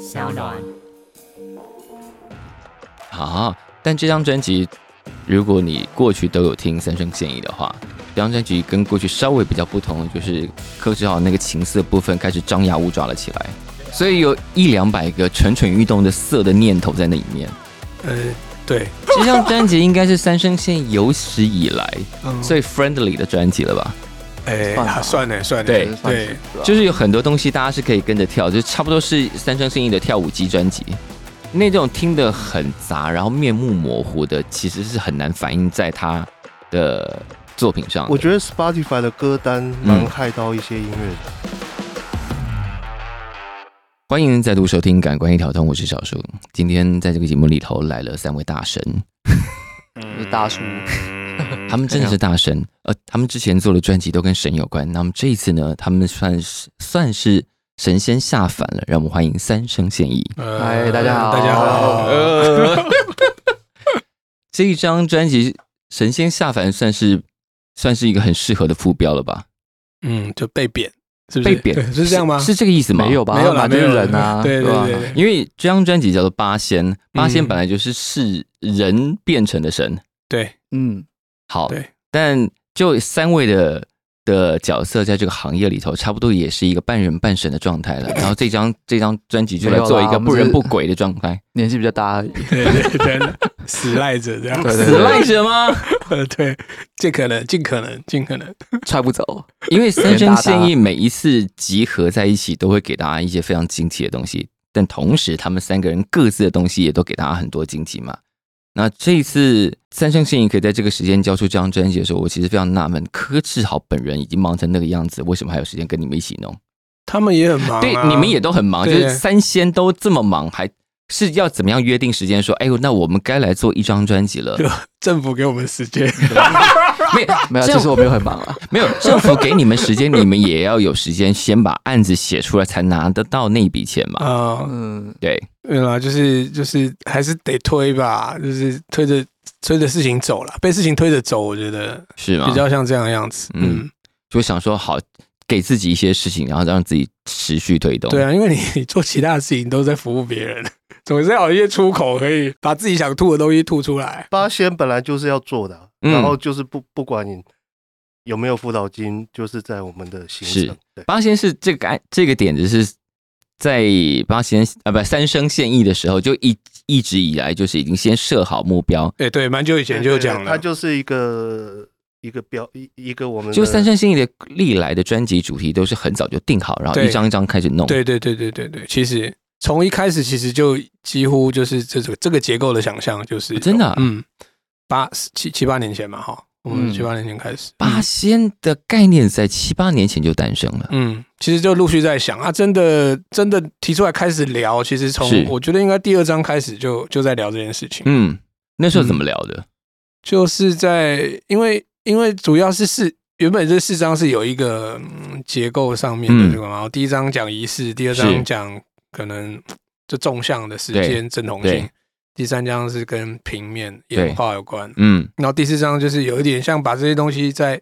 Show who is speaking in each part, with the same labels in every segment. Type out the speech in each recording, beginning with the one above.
Speaker 1: 小暖。
Speaker 2: 好，但这张专辑，如果你过去都有听三生建议的话，这张专辑跟过去稍微比较不同，就是柯志豪那个情色部分开始张牙舞爪了起来，所以有一两百个蠢蠢欲动的色的念头在那里面。
Speaker 3: 呃，对，
Speaker 2: 这张专辑应该是三生线有史以来
Speaker 3: 嗯，
Speaker 2: 最 friendly 的专辑了吧？
Speaker 3: 哎，
Speaker 4: 算了
Speaker 3: 啊算了算了，
Speaker 2: 对
Speaker 3: 对，
Speaker 4: 就
Speaker 2: 就是有很多东西大家是可以跟着跳，就差不多是三生信义的跳舞机专辑。那种听得很杂，然后面目模糊的，其实是很难反映在他的作品上的。
Speaker 4: 我觉得 Spotify 的歌单蛮害到一些音乐
Speaker 2: 嗯
Speaker 4: 的。
Speaker 2: 欢迎再度收听《感官一条通》，我是小树。今天在这个节目里头来了三位大神，
Speaker 1: 嗯
Speaker 4: 是大叔
Speaker 2: 他们真的是大神。呃，他们之前做的专辑都跟神有关，那么这一次呢，他们算是算是神仙下凡了。让我们欢迎三生现役。
Speaker 3: 呃
Speaker 4: 嗨大家好
Speaker 3: 大家好，
Speaker 2: 这一张专辑《神仙下凡》算是算是一个很适合的副标了吧？
Speaker 3: 嗯，就被贬，是不是
Speaker 2: 被贬
Speaker 3: 对是这样吗？
Speaker 2: 是是这个意思吗？
Speaker 4: 没有吧
Speaker 3: 没有啦
Speaker 4: 他们
Speaker 3: 没有
Speaker 4: 就是
Speaker 3: 啦
Speaker 4: 人啊
Speaker 3: 对
Speaker 4: 对吧
Speaker 3: 对对，
Speaker 2: 因为这张专辑叫做《八仙》，八
Speaker 3: 嗯
Speaker 2: 仙本来就是是人变成的神。
Speaker 3: 对
Speaker 4: 嗯，
Speaker 2: 好，
Speaker 3: 对，
Speaker 2: 但就三位的的角色在这个行业里头，差不多也是一个半人半神的状态了。然后这张这张专辑就来做一
Speaker 5: 没有啦
Speaker 2: 个
Speaker 5: 我们
Speaker 2: 不人
Speaker 5: 是
Speaker 2: 不鬼的状态，
Speaker 5: 年纪比较大而已。
Speaker 3: 对对对对，死赖着这样，
Speaker 5: 对对
Speaker 2: 死赖着吗？
Speaker 3: 呃对，尽可能尽可能尽可能，
Speaker 5: 踹不 走，
Speaker 2: 因为三生现役每一次集合在一起，都会给大家一些非常惊奇的东西，但同时他们三个人各自的东西也都给大家很多惊奇嘛。那这一次三生现役可以在这个时间交出这张专辑的时候，我其实非常纳闷，柯志豪本人已经忙成那个样子，为什么还有时间跟你们一起弄？
Speaker 3: 他们也很忙啊，
Speaker 2: 对，你们也都很忙，就
Speaker 3: 对
Speaker 2: 是三仙都这么忙，还是要怎么样约定时间说，哎呦，那我们该来做一张专 辑了。
Speaker 3: 对政府给我们时间，
Speaker 2: 没有
Speaker 5: 没
Speaker 2: 这
Speaker 5: 有，其
Speaker 2: 样
Speaker 5: 实我没有很忙 啊。
Speaker 2: 没有， 政府给你们时间，你们也要有时间先把案子写出来，才拿得到那笔钱嘛。
Speaker 3: 啊，
Speaker 5: 嗯，
Speaker 2: 对，
Speaker 3: 对啦，就是就是还是得推吧，就是推着推着事情走了，被事情推着走，我觉得
Speaker 2: 是吗？
Speaker 3: 比较像这样的样子。
Speaker 2: 嗯
Speaker 3: 嗯，
Speaker 2: 就想说好，给自己一些事情，然后让自己持续推动。
Speaker 3: 对啊，因为你你做其他的事情都在服务别人，总是要有一些出口可以把自己想吐的东西吐出来。
Speaker 4: 八仙本来就是要做的啊，
Speaker 2: 嗯
Speaker 4: 然后就是不不管你有没有辅导金，就是在我们的行程
Speaker 2: 是。
Speaker 4: 对，
Speaker 2: 八仙是这个这个点子是在八仙啊不三生现役的时候，就一一直以来就是已经先设好目标。
Speaker 3: 对对，蛮久以前就讲了，
Speaker 4: 它就是一个一个标一一个我们的
Speaker 2: 就三生现役的历来的专辑主题都是很早就定好，然后
Speaker 3: 对
Speaker 2: 一张一张开始弄。
Speaker 3: 对嗯对对对对对，其实从一开始其实就几乎就是这种这个结构的想象，就是有、
Speaker 2: 真的啊
Speaker 3: 嗯，八七七八年前嘛，哈，我们
Speaker 5: 嗯
Speaker 3: 七八年前开始，
Speaker 2: 八仙的概念在七八年前就诞生了。
Speaker 3: 嗯，其实就陆续在想啊，真的真的提出来开始聊，其实从
Speaker 2: 是
Speaker 3: 我觉得应该第二章开始就就在聊这件事情，
Speaker 2: 嗯，那时候怎么聊的？
Speaker 3: 就是在因为因为主要是四原本这四章是有一个、嗯、结构上面的
Speaker 2: 嗯
Speaker 3: 这个嘛，然后第一章讲仪式，第二
Speaker 2: 是
Speaker 3: 章讲可能就纵向的时间正同性
Speaker 2: 对，
Speaker 3: 第三章是跟平面
Speaker 2: 对
Speaker 3: 演化有关，
Speaker 2: 嗯，
Speaker 3: 然后第四章就是有一点像把这些东西再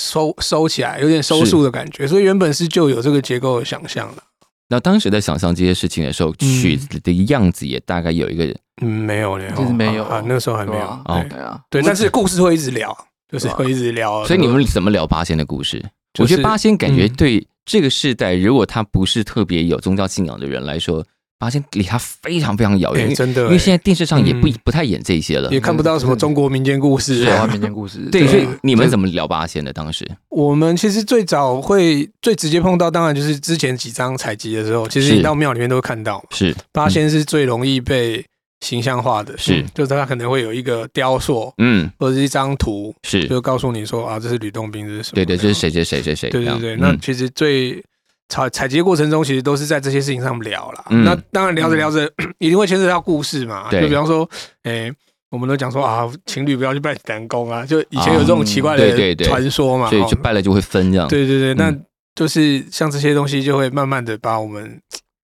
Speaker 3: 收收起来，有点收束的感觉，所以原本是就有这个结构的想象了。
Speaker 2: 那当时在想象这些事情的时候，
Speaker 3: 嗯
Speaker 2: 曲子的样子也大概有一个，
Speaker 3: 嗯，没有呢，
Speaker 5: 其实没有
Speaker 3: 啊，啊那个时候还没
Speaker 5: 对
Speaker 3: 有
Speaker 5: 啊。
Speaker 2: 哦
Speaker 3: 对
Speaker 5: 对啊，
Speaker 3: 对，但是故事会一直聊，就是
Speaker 5: 对啊
Speaker 3: 会一直聊。
Speaker 2: 所以你们怎么聊八仙的故事？
Speaker 3: 就是
Speaker 2: 我觉得八仙感觉
Speaker 3: 嗯
Speaker 2: 对这个世代，如果他不是特别有宗教信仰的人来说，八仙离他非常非常遥远，因
Speaker 3: 哎
Speaker 2: 为
Speaker 3: 真的
Speaker 2: 因为现在电视上也不
Speaker 3: 嗯
Speaker 2: 不太演这些了
Speaker 3: 也。看不到什么中国民间故事。
Speaker 5: 台湾民间故事。
Speaker 2: 对，所以
Speaker 5: 啊
Speaker 2: 你们怎么聊八仙的？当时
Speaker 3: 我们其实最早会最直接碰到，当然就是之前几张采集的时候，其实
Speaker 2: 是
Speaker 3: 你到庙里面都会看到嘛。
Speaker 2: 是
Speaker 3: 八，仙是最容易被形象化的，
Speaker 2: 是
Speaker 3: 就是它可能会有一个雕塑
Speaker 2: 嗯，嗯
Speaker 3: 或者是一张图，
Speaker 2: 是
Speaker 3: 就告诉你说啊，这是吕洞宾，这是什么？
Speaker 2: 对对，
Speaker 3: 这
Speaker 2: 这
Speaker 3: 样
Speaker 2: 是谁谁谁谁谁？
Speaker 3: 对
Speaker 2: 这
Speaker 3: 对
Speaker 2: 样
Speaker 3: 对，那
Speaker 2: 嗯
Speaker 3: 其实最采采集的过程中，其实都是在这些事情上聊啦。
Speaker 2: 嗯
Speaker 3: 那当然聊着聊着， 一定会牵扯到故事嘛。
Speaker 2: 对
Speaker 3: 就比方说，诶、我们都讲说啊，情侣不要去拜南宫啊，就以前有这种奇怪
Speaker 2: 啊嗯对对
Speaker 3: 的
Speaker 2: 对
Speaker 3: 传说嘛。
Speaker 2: 所以
Speaker 3: 哦
Speaker 2: 就拜了就会分这样。
Speaker 3: 对对对，
Speaker 2: 嗯
Speaker 3: 那就是像这些东西，就会慢慢的把我们，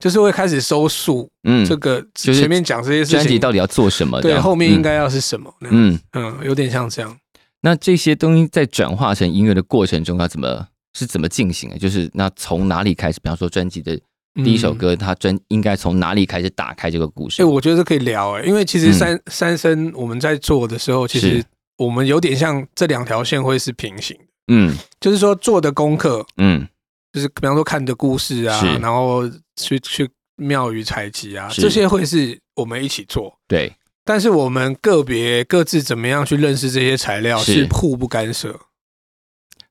Speaker 3: 就是会开始收束
Speaker 2: 嗯，
Speaker 3: 这个
Speaker 2: 就是
Speaker 3: 前面讲这些事
Speaker 2: 专辑
Speaker 3: 情，
Speaker 2: 到底要做什么？这
Speaker 3: 对
Speaker 2: 样
Speaker 3: 后面应
Speaker 2: 嗯
Speaker 3: 该要是什么呢？
Speaker 2: 嗯
Speaker 3: 嗯，有点像这样。
Speaker 2: 那这些东西在转化成音乐的过程中，要怎么是怎么进行的？就是那从哪里开始？比方说专辑的
Speaker 3: 嗯
Speaker 2: 第一首歌它专应该从哪里开始打开这个故
Speaker 3: 哎、
Speaker 2: 事？
Speaker 3: 我觉得这可以聊哎、因为其实
Speaker 2: 嗯
Speaker 3: 三、三生我们在做的时候，其实
Speaker 2: 是
Speaker 3: 我们有点像这两条线会是平行的，
Speaker 2: 嗯
Speaker 3: 就是说做的功课，
Speaker 2: 嗯，
Speaker 3: 就是比方说看的故事啊
Speaker 2: 是，
Speaker 3: 然后去去庙宇采集啊，
Speaker 2: 是
Speaker 3: 这些会是我们一起做。
Speaker 2: 对，
Speaker 3: 但是我们个别各自怎么样去认识这些材料
Speaker 2: 是
Speaker 3: 是互不干涉，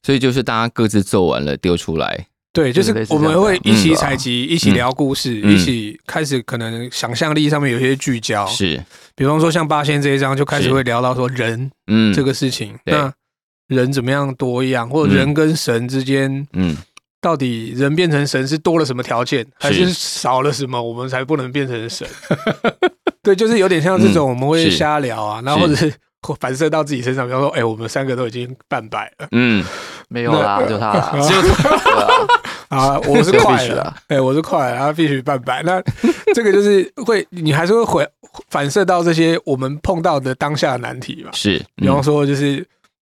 Speaker 2: 所以就是大家各自做完了丢出来，
Speaker 3: 对，就
Speaker 5: 对
Speaker 3: 是
Speaker 5: 类似
Speaker 3: 我
Speaker 5: 这
Speaker 3: 们
Speaker 5: 样
Speaker 3: 会
Speaker 5: 吧
Speaker 3: 一起
Speaker 5: 嗯
Speaker 3: 采集，一起聊故事，
Speaker 2: 嗯
Speaker 3: 一起开始可能想象力上面有些聚焦，
Speaker 2: 是
Speaker 3: 比方说像八仙这一章就开始
Speaker 2: 是
Speaker 3: 会聊到说人
Speaker 2: 嗯
Speaker 3: 这个事情，
Speaker 2: 对
Speaker 3: 那人怎么样多样，或者
Speaker 2: 嗯
Speaker 3: 人跟神之间
Speaker 2: 嗯
Speaker 3: 到底人变成神是多了什么条件，还
Speaker 2: 是
Speaker 3: 是少了什么，我们才不能变成神？ 对，就是有点像这种，我们会
Speaker 2: 是
Speaker 3: 瞎聊啊，然后或者是会反射到自己身上，比方说，哎，我们三个都已经半百了
Speaker 2: 嗯，
Speaker 5: 没有啦，就他 啦，
Speaker 3: 就
Speaker 5: 对啊
Speaker 3: 啊，我是
Speaker 5: 这个必
Speaker 3: 快
Speaker 5: 须
Speaker 3: 了
Speaker 5: 啊，
Speaker 3: 哎，我是快了，啊必须半百。那 这个就是会，你还是会回反射到这些我们碰到的当下的难题嘛？
Speaker 2: 是，
Speaker 3: 比方说就是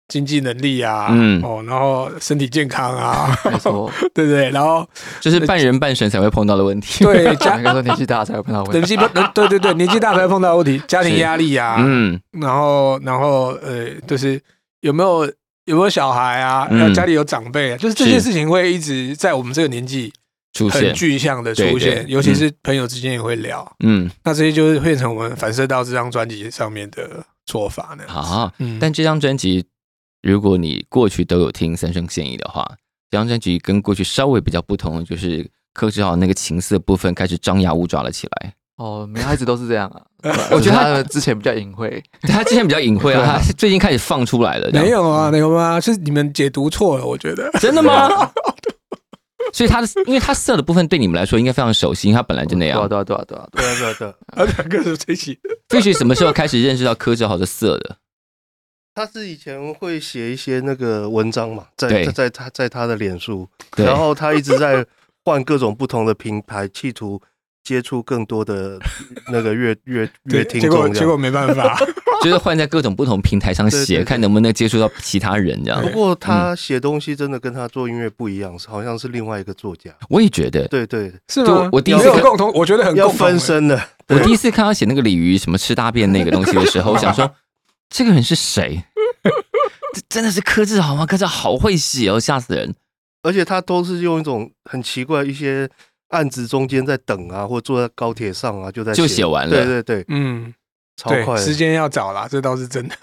Speaker 3: 经济能力啊，
Speaker 2: 嗯
Speaker 3: 哦，然后身体健康啊，
Speaker 5: 没 错，
Speaker 3: 对不对？然后
Speaker 2: 就是半人半神才会碰到的问题，
Speaker 3: 对
Speaker 5: 应
Speaker 3: 家
Speaker 5: 该说年纪大才会碰到问
Speaker 3: 年
Speaker 5: 题，
Speaker 3: 纪不，对对对，年纪大才会碰到的问题，家庭
Speaker 2: 是
Speaker 3: 压力 啊，
Speaker 2: 嗯
Speaker 3: 然后然后呃，就是有没有有没有小孩啊，
Speaker 2: 嗯
Speaker 3: 然后家里有长辈啊，就是这些
Speaker 2: 是
Speaker 3: 事情会一直在我们这个年纪
Speaker 2: 出
Speaker 3: 很
Speaker 2: 现，
Speaker 3: 具象的
Speaker 2: 对
Speaker 3: 出
Speaker 2: 对
Speaker 3: 现，尤其
Speaker 2: 嗯
Speaker 3: 是朋友之间也会聊，
Speaker 2: 嗯
Speaker 3: 那这些就是变成我们反射到这张专辑上面的做法呢。
Speaker 2: 好。
Speaker 3: 嗯，
Speaker 2: 但这张专辑，如果你过去都有听三生现役的话，这张专辑跟过去稍微比较不同，的就是柯志豪那个情色部分开始张牙舞爪了起来。
Speaker 5: 哦，女孩子都是这样啊，
Speaker 2: 我觉得
Speaker 5: 他
Speaker 2: 他
Speaker 5: 们之前比较隐晦，
Speaker 2: 他之前比较隐晦
Speaker 5: 对
Speaker 2: 啊，
Speaker 5: 啊
Speaker 2: 他最近开始放出来了。嗯这样
Speaker 3: 没，有啊，没有吗？是你们解读错了，我觉得。
Speaker 2: 真的吗？ 所以他的，因为他色的部分对你们来说应该非常熟悉，因为他本来就那样。
Speaker 5: 对啊对啊对啊对啊，
Speaker 4: 对啊对啊对啊，
Speaker 3: 啊，两个是这一起。
Speaker 2: 必须什么时候开始认识到柯志豪的色的？
Speaker 4: 他是以前会写一些那个文章嘛，在
Speaker 2: 对
Speaker 4: 在在他在他的脸书，
Speaker 2: 对
Speaker 4: 然后他一直在换各种不同的平台，企图接触更多的那个乐乐乐
Speaker 3: 对，
Speaker 4: 听
Speaker 3: 结果
Speaker 4: 众
Speaker 3: 结
Speaker 4: 这样。
Speaker 3: 果没办 法，
Speaker 2: 就是换在各种不同平台上
Speaker 4: 对对
Speaker 2: 写，
Speaker 4: 对
Speaker 2: 看能不能接触到其他人这样
Speaker 4: 不。
Speaker 3: 嗯
Speaker 4: 过他写东西真的跟他做音乐不一样，好像是另外一个作家。
Speaker 2: 我也觉得，
Speaker 4: 对对，
Speaker 3: 是
Speaker 2: 就
Speaker 3: 吗？
Speaker 2: 我第一次
Speaker 3: 没有
Speaker 2: 看
Speaker 3: 共同，我觉得很
Speaker 4: 要
Speaker 3: 共同欸
Speaker 4: 分身了。
Speaker 2: 我第一次看他写那个鲤鱼什么吃大便那个东西的时 候，我想说，这个人是 谁？这真的是柯志豪吗？柯志豪好会写哦，吓死人！
Speaker 4: 而且他都是用一种很奇怪一些案子中间在等啊，或坐在高铁上啊，就在
Speaker 2: 就写完了
Speaker 4: 对对对，
Speaker 3: 嗯，
Speaker 4: 超
Speaker 3: 对
Speaker 4: 快，的。
Speaker 3: 时间要早啦，这倒是真的。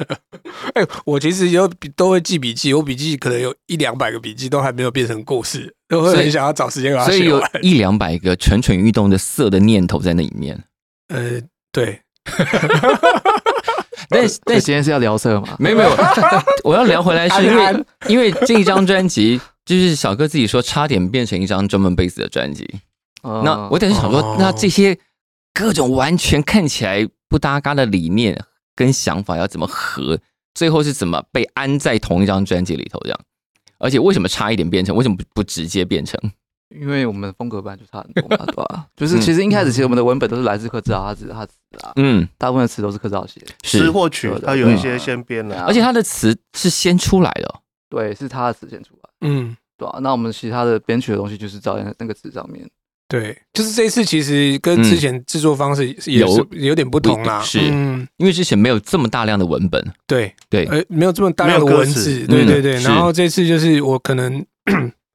Speaker 3: 哎、我其实有笔都会记笔记，我笔记可能有一两百个笔记都还没有变成故事，都会
Speaker 2: 所以
Speaker 3: 很想要找时间把它
Speaker 2: 所以
Speaker 3: 写
Speaker 2: 有
Speaker 3: 完。
Speaker 2: 一两百个蠢蠢欲动的色的念头在那里面，
Speaker 3: 呃，对，
Speaker 2: 但
Speaker 5: 对，啊
Speaker 2: 但
Speaker 5: 今天是要聊色嘛，
Speaker 2: 没有没有， 我要聊回来是因
Speaker 3: 安
Speaker 2: 为
Speaker 3: 安
Speaker 2: 因为这一张专辑。就是小哥自己说，差点变成一张专门贝斯的专辑。
Speaker 5: 嗯
Speaker 2: 那我等是想
Speaker 3: 哦
Speaker 2: 说，那这些各种完全看起来不搭嘎的理念跟想法要怎么合，最后是怎么被安在同一张专辑里头这样？而且为什么差一点变成？为什么不不直接变成？
Speaker 5: 因为我们的风格本来就差很多 嘛，对吧？就是其实一开始其实我们的文本都是来自柯志豪，他只他
Speaker 2: 嗯，
Speaker 5: 大部分的词都是柯志豪写的，
Speaker 4: 诗
Speaker 2: 是，
Speaker 4: 或曲
Speaker 5: 对，的
Speaker 4: 他
Speaker 3: 嗯
Speaker 4: 有一
Speaker 5: 对
Speaker 4: 些
Speaker 5: 啊
Speaker 4: 先编了，
Speaker 2: 而且他的词是先出来的哦、
Speaker 5: 对，是他的词先出来，
Speaker 3: 嗯，
Speaker 5: 对吧？那我们其他的编曲的东西就是照那那个词上面，
Speaker 3: 对，就是这一次其实
Speaker 4: 嗯
Speaker 3: 跟之前制作方式也是
Speaker 2: 有
Speaker 3: 有点不同啦，
Speaker 2: 不是
Speaker 3: 嗯，
Speaker 2: 因为之前没有这么大量的文本。
Speaker 3: 对，
Speaker 2: 对，
Speaker 5: 哎
Speaker 3: 呃，没有这么大量的
Speaker 4: 没有
Speaker 3: 文
Speaker 4: 歌词
Speaker 3: 字，
Speaker 4: 嗯
Speaker 3: 对对对。
Speaker 2: 是
Speaker 3: 然后这次就是我可能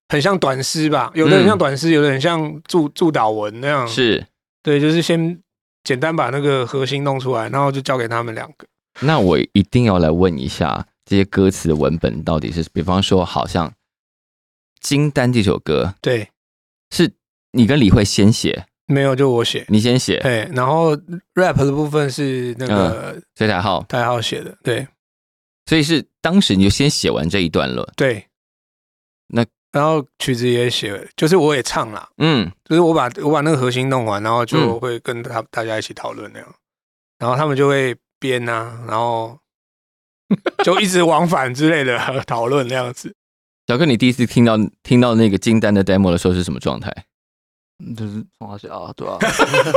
Speaker 3: 很像短诗吧，有的很像短诗，有的很像祝祝祷文那样。，
Speaker 2: 嗯是。
Speaker 3: 对，就是先简单把那个核心弄出来，然后就交给他们两个。
Speaker 2: 那我一定要来问一下，这些歌词的文本到底是，比方说，好像《金丹》这首歌
Speaker 3: 对，
Speaker 2: 是你跟李慧先写，
Speaker 3: 没有就我写。
Speaker 2: 你先
Speaker 5: 哎
Speaker 2: 写，
Speaker 3: 对，然后 rap 的部分是那个
Speaker 2: 崔台浩，
Speaker 3: 台浩写的。对
Speaker 2: 所以是当时你就先写完这一段了，
Speaker 3: 对，
Speaker 2: 那
Speaker 3: 然后曲子也写了，就是我也唱啦，
Speaker 2: 嗯，
Speaker 3: 就是我把我把那个核心弄完，然后就
Speaker 2: 嗯
Speaker 3: 会跟他大家一起讨论那样，然后他们就会编啊，然后就一直往返之类的讨论那样子。
Speaker 2: 小哥，你第一次听到听到那个金丹的 demo 的时候是什么状态
Speaker 5: 嗯就是从小写啊，对吧？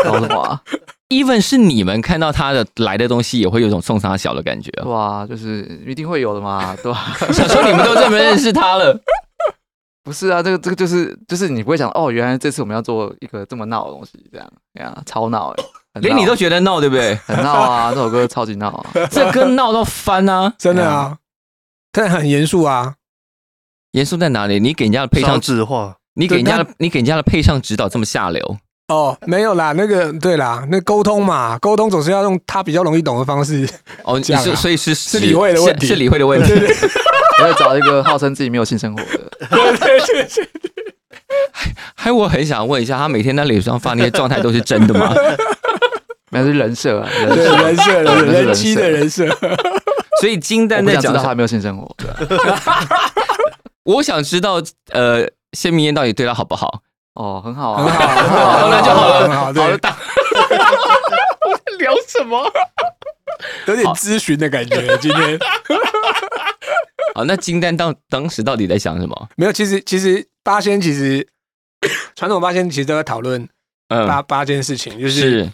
Speaker 5: 搞什么啊？
Speaker 2: ？even 是你们看到他的来的东西，也会有一种送他小的 感觉啊。
Speaker 5: 对吧？就是一定会有的嘛，对吧？啊
Speaker 2: 想说你们都这么认识他了，
Speaker 5: 不是啊，这个这个就是就是你不会想哦，原来这次我们要做一个这么闹的东西，这样哎呀，超闹哎、很
Speaker 2: 连你
Speaker 5: 闹
Speaker 2: 都觉得闹，对不对？
Speaker 5: 很闹啊，这首歌超级闹啊，
Speaker 2: 这歌闹到翻啊！
Speaker 3: 真的啊，但很严肃啊，
Speaker 2: 严肃在哪里？你给人家的配
Speaker 4: 少
Speaker 2: 唱，
Speaker 4: 子化，
Speaker 2: 你给人家的，你给人家的配唱指导这么下流，
Speaker 3: 哦，没有啦，那个对啦，那沟通嘛，沟通总是要用他比较容易懂的方式。
Speaker 2: 哦，你
Speaker 3: 这样啊
Speaker 2: 是所以是是
Speaker 3: 理会的问题
Speaker 2: 是是理会的问题
Speaker 3: 对。对
Speaker 5: 我要找一个号称自己没有性生活的，
Speaker 3: 对对对，
Speaker 2: 还有我很想问一下，他每天在脸上发那些状态都是真的 吗？
Speaker 5: 那是人设啊，人
Speaker 3: 对
Speaker 5: 设。
Speaker 3: 人设
Speaker 5: 我
Speaker 3: 人
Speaker 5: 们是
Speaker 3: 设
Speaker 5: 人
Speaker 3: 人妻
Speaker 5: 设
Speaker 3: 的人设，
Speaker 2: 所以金
Speaker 5: 我
Speaker 2: 丹
Speaker 5: 不
Speaker 2: 在
Speaker 5: 想知
Speaker 2: 讲
Speaker 5: 道
Speaker 2: 什
Speaker 5: 他有
Speaker 2: 么，
Speaker 5: 没有性生活，
Speaker 2: 我想知道，呃，谢明燕到底对他好不好？
Speaker 5: 哦，很好
Speaker 3: 很
Speaker 5: 啊，
Speaker 3: 好，很好
Speaker 2: 那就好了
Speaker 3: 很好，
Speaker 2: 好了，
Speaker 3: 对，
Speaker 2: 大我在聊什么？
Speaker 3: 有点咨询的感觉。今天
Speaker 2: 好，那金丹当当时到底在想什么？
Speaker 3: 没有，其实其实八仙其实 传统八仙其实都在讨论八
Speaker 2: 嗯，
Speaker 3: 八件事情，就是
Speaker 2: 是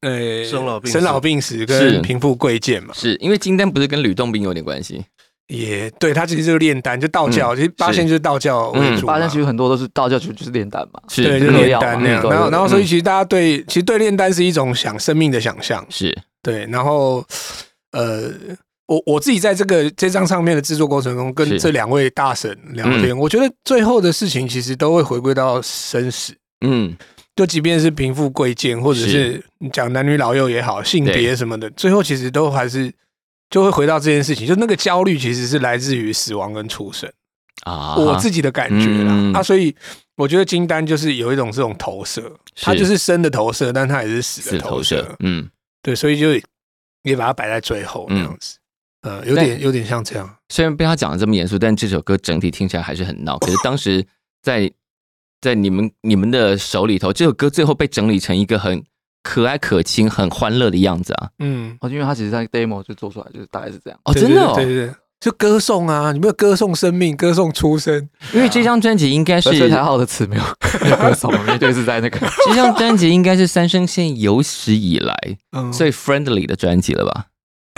Speaker 3: 呃
Speaker 4: 生老病
Speaker 3: 生
Speaker 4: 死
Speaker 3: 老病死
Speaker 2: 是
Speaker 3: 跟贫富贵贱嘛。
Speaker 2: 是，因为金丹不是跟吕洞宾有点关系？
Speaker 3: 也对，他其实就是炼丹，就道教，其实八仙就是道教为主嘛。
Speaker 5: 嗯八仙其实很多都是道教曲，就是炼丹嘛，
Speaker 2: 是，
Speaker 3: 对，就是
Speaker 2: 嗯
Speaker 3: 炼丹那样。
Speaker 5: 嗯
Speaker 3: 然后，然后所以
Speaker 2: 嗯
Speaker 3: 其实大家对，其实对炼丹是一种想生命的想象。
Speaker 2: 是
Speaker 3: 对，然后呃，我我自己在这个这张唱片的制作过程中，
Speaker 2: 是
Speaker 3: 跟这两位大神聊天，我觉得最后的事情其实都会回归到生死。
Speaker 2: 嗯，
Speaker 3: 就即便是贫富贵贱，或者
Speaker 2: 是
Speaker 3: 是你讲男女老幼也好，性
Speaker 2: 对
Speaker 3: 别什么的，最后其实都还是就会回到这件事情。就那个焦虑其实是来自于死亡跟出生。
Speaker 2: 啊，
Speaker 3: 我自己的感觉啦。
Speaker 2: 嗯
Speaker 3: 啊，所以我觉得金丹就是有一种这种投射，它
Speaker 2: 是
Speaker 3: 就是生的投射，但它也是死
Speaker 2: 是
Speaker 3: 的
Speaker 2: 投
Speaker 3: 投
Speaker 2: 射
Speaker 3: 射。，
Speaker 2: 嗯，
Speaker 3: 对，所以就也把它摆在最后那样子。呃，有点
Speaker 2: 但
Speaker 3: 有点像这样。
Speaker 2: 虽然被他讲的这么严肃，但这首歌整体听起来还是很闹。可是当时在在你们你们的手里头，这首歌最后被整理成一个很可爱可亲、很欢乐的样子啊！
Speaker 3: 嗯，
Speaker 5: 哦，因为他其实在 demo 就做出来，就是大概是这样。
Speaker 2: 哦，
Speaker 3: 对
Speaker 2: 真的哦，
Speaker 3: 对对对对，就歌颂啊，你没有歌颂生命，歌颂出生，
Speaker 2: 因为这张专辑应该是
Speaker 5: 而且台号的词没有 没有歌手，因为就是在那 个
Speaker 2: 这张专辑应该是三生线有史以来
Speaker 3: 嗯，
Speaker 2: 最 friendly 的专辑了吧？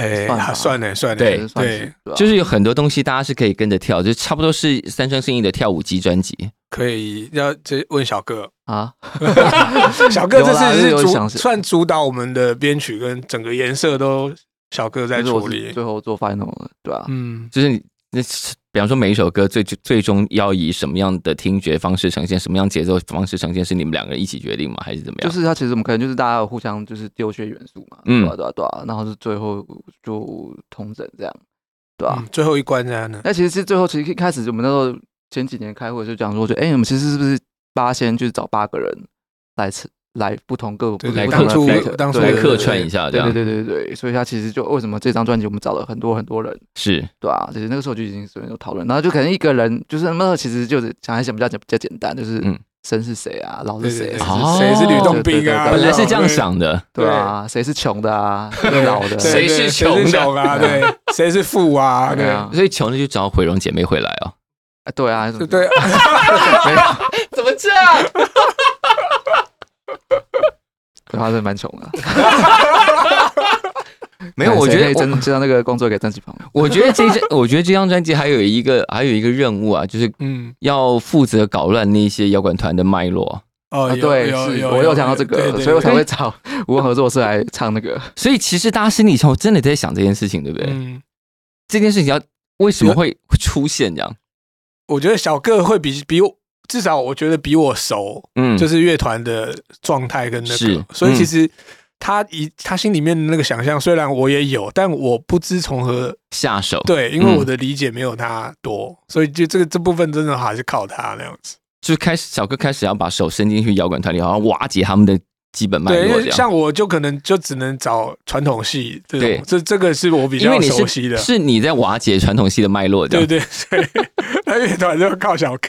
Speaker 3: 哎，
Speaker 5: 算吧
Speaker 3: 啊算了算了，
Speaker 2: 对
Speaker 5: 就是算是
Speaker 3: 对，
Speaker 5: 吧
Speaker 2: 就是有很多东西大家是可以跟着跳，就差不多是三生信义的跳舞机专辑。
Speaker 3: 可以要这问小哥，
Speaker 5: 啊，
Speaker 3: 小哥
Speaker 5: 有
Speaker 3: 这
Speaker 5: 啦
Speaker 3: 次是
Speaker 5: 有
Speaker 3: 主
Speaker 5: 想是
Speaker 3: 算主导我们的编曲跟整个颜色都小哥在
Speaker 5: 就是
Speaker 3: 处
Speaker 5: 我是
Speaker 3: 理，
Speaker 5: 最后做 final 了，对吧？
Speaker 3: 嗯，
Speaker 2: 就是你那是比方说每一首歌最最终要以什么样的听觉方式呈现，什么样节奏方式呈现，是你们两个人一起决定吗？还是怎么
Speaker 5: 就
Speaker 2: 样？
Speaker 5: 是他其实我们可能就是大家有互相就是丢一些元素嘛，
Speaker 2: 啊嗯
Speaker 5: 对啊对啊对啊，然后是最后就通整这样，对吧
Speaker 3: 嗯？最后一关在哪？
Speaker 5: 那其实是最后其实一开始我们那时候前几年开会就讲说，就哎，我们其实是不是八仙就是找八个人来吃来不同各
Speaker 3: 对
Speaker 5: 不
Speaker 2: 来
Speaker 5: 同
Speaker 2: 当初
Speaker 5: 的 feature，
Speaker 3: 当初
Speaker 5: 对
Speaker 2: 来
Speaker 5: 对
Speaker 2: 客
Speaker 5: 对
Speaker 2: 串一啊下，这
Speaker 5: 对
Speaker 2: 样
Speaker 5: 对对对对，所以他其实就为什么这张专辑我们找了很多很多人，
Speaker 2: 是
Speaker 5: 对啊，其实那个时候就已经所有人都讨论，然后就可能一个人就是那时候其实就是想还想比较简比较简单，就是
Speaker 2: 嗯
Speaker 5: 生是谁啊，老
Speaker 3: 对
Speaker 5: 是
Speaker 3: 对
Speaker 5: 谁
Speaker 3: 对
Speaker 5: 啊，
Speaker 2: 哦
Speaker 3: 谁是吕洞宾啊？
Speaker 2: 本
Speaker 5: 对对对
Speaker 2: 来是这样想的，
Speaker 5: 对啊，谁是穷的啊，谁是老的，
Speaker 3: 对，
Speaker 2: 谁是
Speaker 3: 对
Speaker 2: 穷的
Speaker 3: 谁是 穷啊？对，谁是富啊？
Speaker 5: 对
Speaker 3: 对
Speaker 5: 啊，
Speaker 2: 所以穷的就找毁容姐妹回来哦。
Speaker 5: 啊对啊，
Speaker 3: 对对，
Speaker 5: 没有，
Speaker 2: 怎么这样？
Speaker 5: 对他是蛮穷 的。
Speaker 2: 没有， 我觉
Speaker 5: 可以
Speaker 2: 得我
Speaker 5: 真知道那个工作给曾启鹏。
Speaker 3: 哦
Speaker 2: 我觉得这 张我觉得这张专辑还有一个还有一个任务啊，就是
Speaker 3: 嗯，
Speaker 2: 要负责搞乱那些摇滚团的脉络。
Speaker 3: 哦，
Speaker 5: 啊，
Speaker 3: 有
Speaker 5: 对，
Speaker 3: 有
Speaker 5: 是
Speaker 3: 有，
Speaker 5: 我有想到这
Speaker 3: 对
Speaker 5: 个，
Speaker 3: 对
Speaker 5: 所以我才
Speaker 3: 对
Speaker 5: 会找无文合作社来唱那个。
Speaker 2: 所以其实大家心里头真的在想这件事情，对不对？
Speaker 3: 嗯，
Speaker 2: 这件事情要为什么会会出现这样？
Speaker 3: 我觉得小个会比比我。至少我觉得比我熟，
Speaker 2: 嗯，
Speaker 3: 就是乐团的状态跟那
Speaker 2: 是
Speaker 3: 个，所以
Speaker 2: 嗯
Speaker 3: 其实他一他心里面的那个想象，虽然我也有，但我不知从何
Speaker 2: 下手。
Speaker 3: 对，因为
Speaker 2: 嗯
Speaker 3: 我的理解没有他多，所以就这个这部分真的还是靠他那样子。
Speaker 2: 就开始小哥开始要把手伸进去摇滚团里，然后瓦解他们的基本脉
Speaker 3: 对，因
Speaker 2: 络，这
Speaker 3: 为
Speaker 2: 样。
Speaker 3: 像我就可能就只能找传统系这
Speaker 2: 对
Speaker 3: 种，这这个是我比
Speaker 2: 因为
Speaker 3: 较
Speaker 2: 你
Speaker 3: 熟悉
Speaker 2: 是
Speaker 3: 的，
Speaker 2: 是你在瓦解传统系的脉络，这
Speaker 3: 对
Speaker 2: 样。
Speaker 3: 对对。那乐团就靠小哥，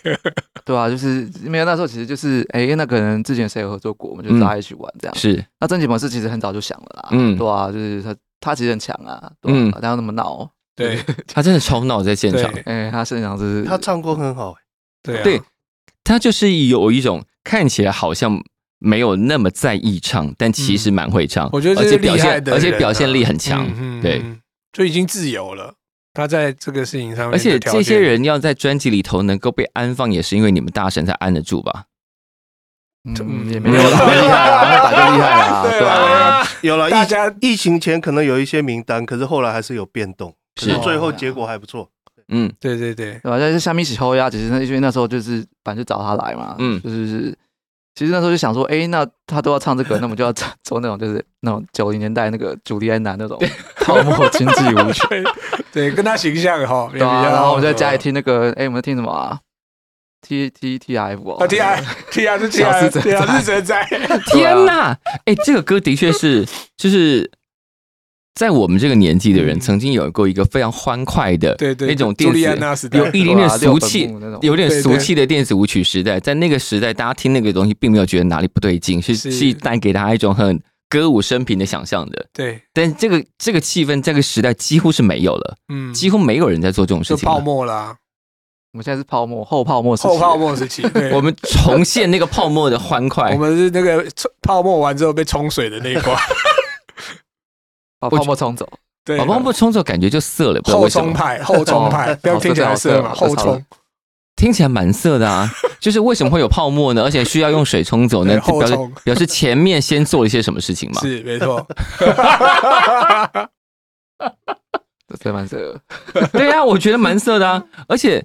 Speaker 5: 对啊，就是没有那时候其实就是哎、那可能之前谁有合作过，我们就大家一起玩这样。
Speaker 2: 是
Speaker 5: 那曾启鹏是其实很早就想了啦，
Speaker 2: 嗯
Speaker 5: 对啊，就是他他其实很强啊，对
Speaker 2: 嗯
Speaker 5: 啊，他要那么闹，
Speaker 3: 对
Speaker 2: 他真的超闹在现场，
Speaker 3: 对
Speaker 5: 哎、他身上就是
Speaker 4: 他唱功 很好，
Speaker 3: 对啊
Speaker 2: 对他就是有一种看起来好像没有那么在意唱，但其实蛮会唱，
Speaker 3: 嗯我觉得
Speaker 2: 而
Speaker 3: 这
Speaker 2: 且
Speaker 3: 是
Speaker 2: 表
Speaker 3: 厉害
Speaker 2: 现
Speaker 3: 的
Speaker 2: 而且
Speaker 3: 人啊
Speaker 2: 表现力很强
Speaker 3: 嗯，嗯
Speaker 2: 对
Speaker 3: 嗯就已经自由了。他在这个事情上面，
Speaker 2: 而且这些人要在专辑里头能够被安放，也是因为你们大神才安得住吧？
Speaker 5: 嗯，也没有啦，没有啦，没有打就厉害啦，
Speaker 3: 对
Speaker 5: 对吧？
Speaker 3: 啊，
Speaker 4: 有了，
Speaker 3: 大
Speaker 4: 疫
Speaker 3: 家
Speaker 4: 疫情前可能有一些名单，可是后来还是有变动，可
Speaker 2: 是
Speaker 4: 是最
Speaker 3: 哦
Speaker 4: 后结果还不错。
Speaker 2: 嗯，
Speaker 3: 对对对，
Speaker 5: 对吧？啊但是下面一起抽压，其实那因为那时候就是反正就找他来嘛，
Speaker 2: 嗯
Speaker 5: 嗯，就是其实那时候就想说，哎、那他都要唱这个，那我们就要唱 做那种就是那种九零年代那个朱利安娜那种泡沫经济舞曲，
Speaker 3: 对对，跟他形象哈，
Speaker 5: 对啊，
Speaker 3: 也比较
Speaker 5: 然后我们在家里听那个，哎、我们听什么啊？T T T F 哦
Speaker 3: 啊，T R T R 是 T
Speaker 5: 小
Speaker 3: R
Speaker 5: 狮子
Speaker 3: T
Speaker 5: 灾
Speaker 3: R 是谁在？
Speaker 5: 啊
Speaker 3: 啊
Speaker 2: 天哪！哎、这个歌的确是， 就是在我们这个年纪的人，
Speaker 3: 嗯
Speaker 2: 曾经有过一个非常欢快的，
Speaker 3: 对对，
Speaker 2: 那种
Speaker 3: 朱
Speaker 2: 电
Speaker 3: 莉安
Speaker 2: 子，
Speaker 3: 娜时代
Speaker 2: 有，一点点
Speaker 5: 对啊
Speaker 2: 俗气
Speaker 5: 六本木那种，
Speaker 2: 有点
Speaker 3: 对对
Speaker 2: 俗气的电子舞曲时代，在那个时代，大家听那个东西，并没有觉得哪里不对劲，是
Speaker 3: 是
Speaker 2: 是带给大家一种很歌舞升平的想象的。
Speaker 3: 对，
Speaker 2: 但这个这个气氛，这个时代几乎是没有了，
Speaker 3: 嗯，
Speaker 2: 几乎没有人在做这种事
Speaker 3: 就
Speaker 2: 情了。
Speaker 3: 泡沫啦，
Speaker 5: 我们现在是泡沫后泡沫时期
Speaker 3: 后泡，沫时期，对
Speaker 2: 我们重现那个泡沫的欢快
Speaker 3: 我。们是那个冲泡沫完之后被冲水的 那一挂，
Speaker 5: 把泡沫冲走，
Speaker 3: 对，
Speaker 2: 宝宝哦不冲着感觉就涩了，不知道
Speaker 3: 后
Speaker 2: 为什
Speaker 3: 冲
Speaker 2: 么，
Speaker 3: 派，后冲派，
Speaker 5: 哦
Speaker 3: 这样听起来是嘛？
Speaker 5: 好
Speaker 3: 后
Speaker 5: 色好色
Speaker 3: 冲，
Speaker 2: 听起来蛮涩的啊。 就是为什么会有泡沫呢？而且需要用水冲走呢？
Speaker 3: 对
Speaker 2: 这
Speaker 3: 后
Speaker 2: 表示
Speaker 3: 冲
Speaker 2: 表示前面先做了一些什么事情嘛？
Speaker 3: 是没错，
Speaker 5: 对蛮这个
Speaker 2: 对呀、我觉得蛮色的啊。而且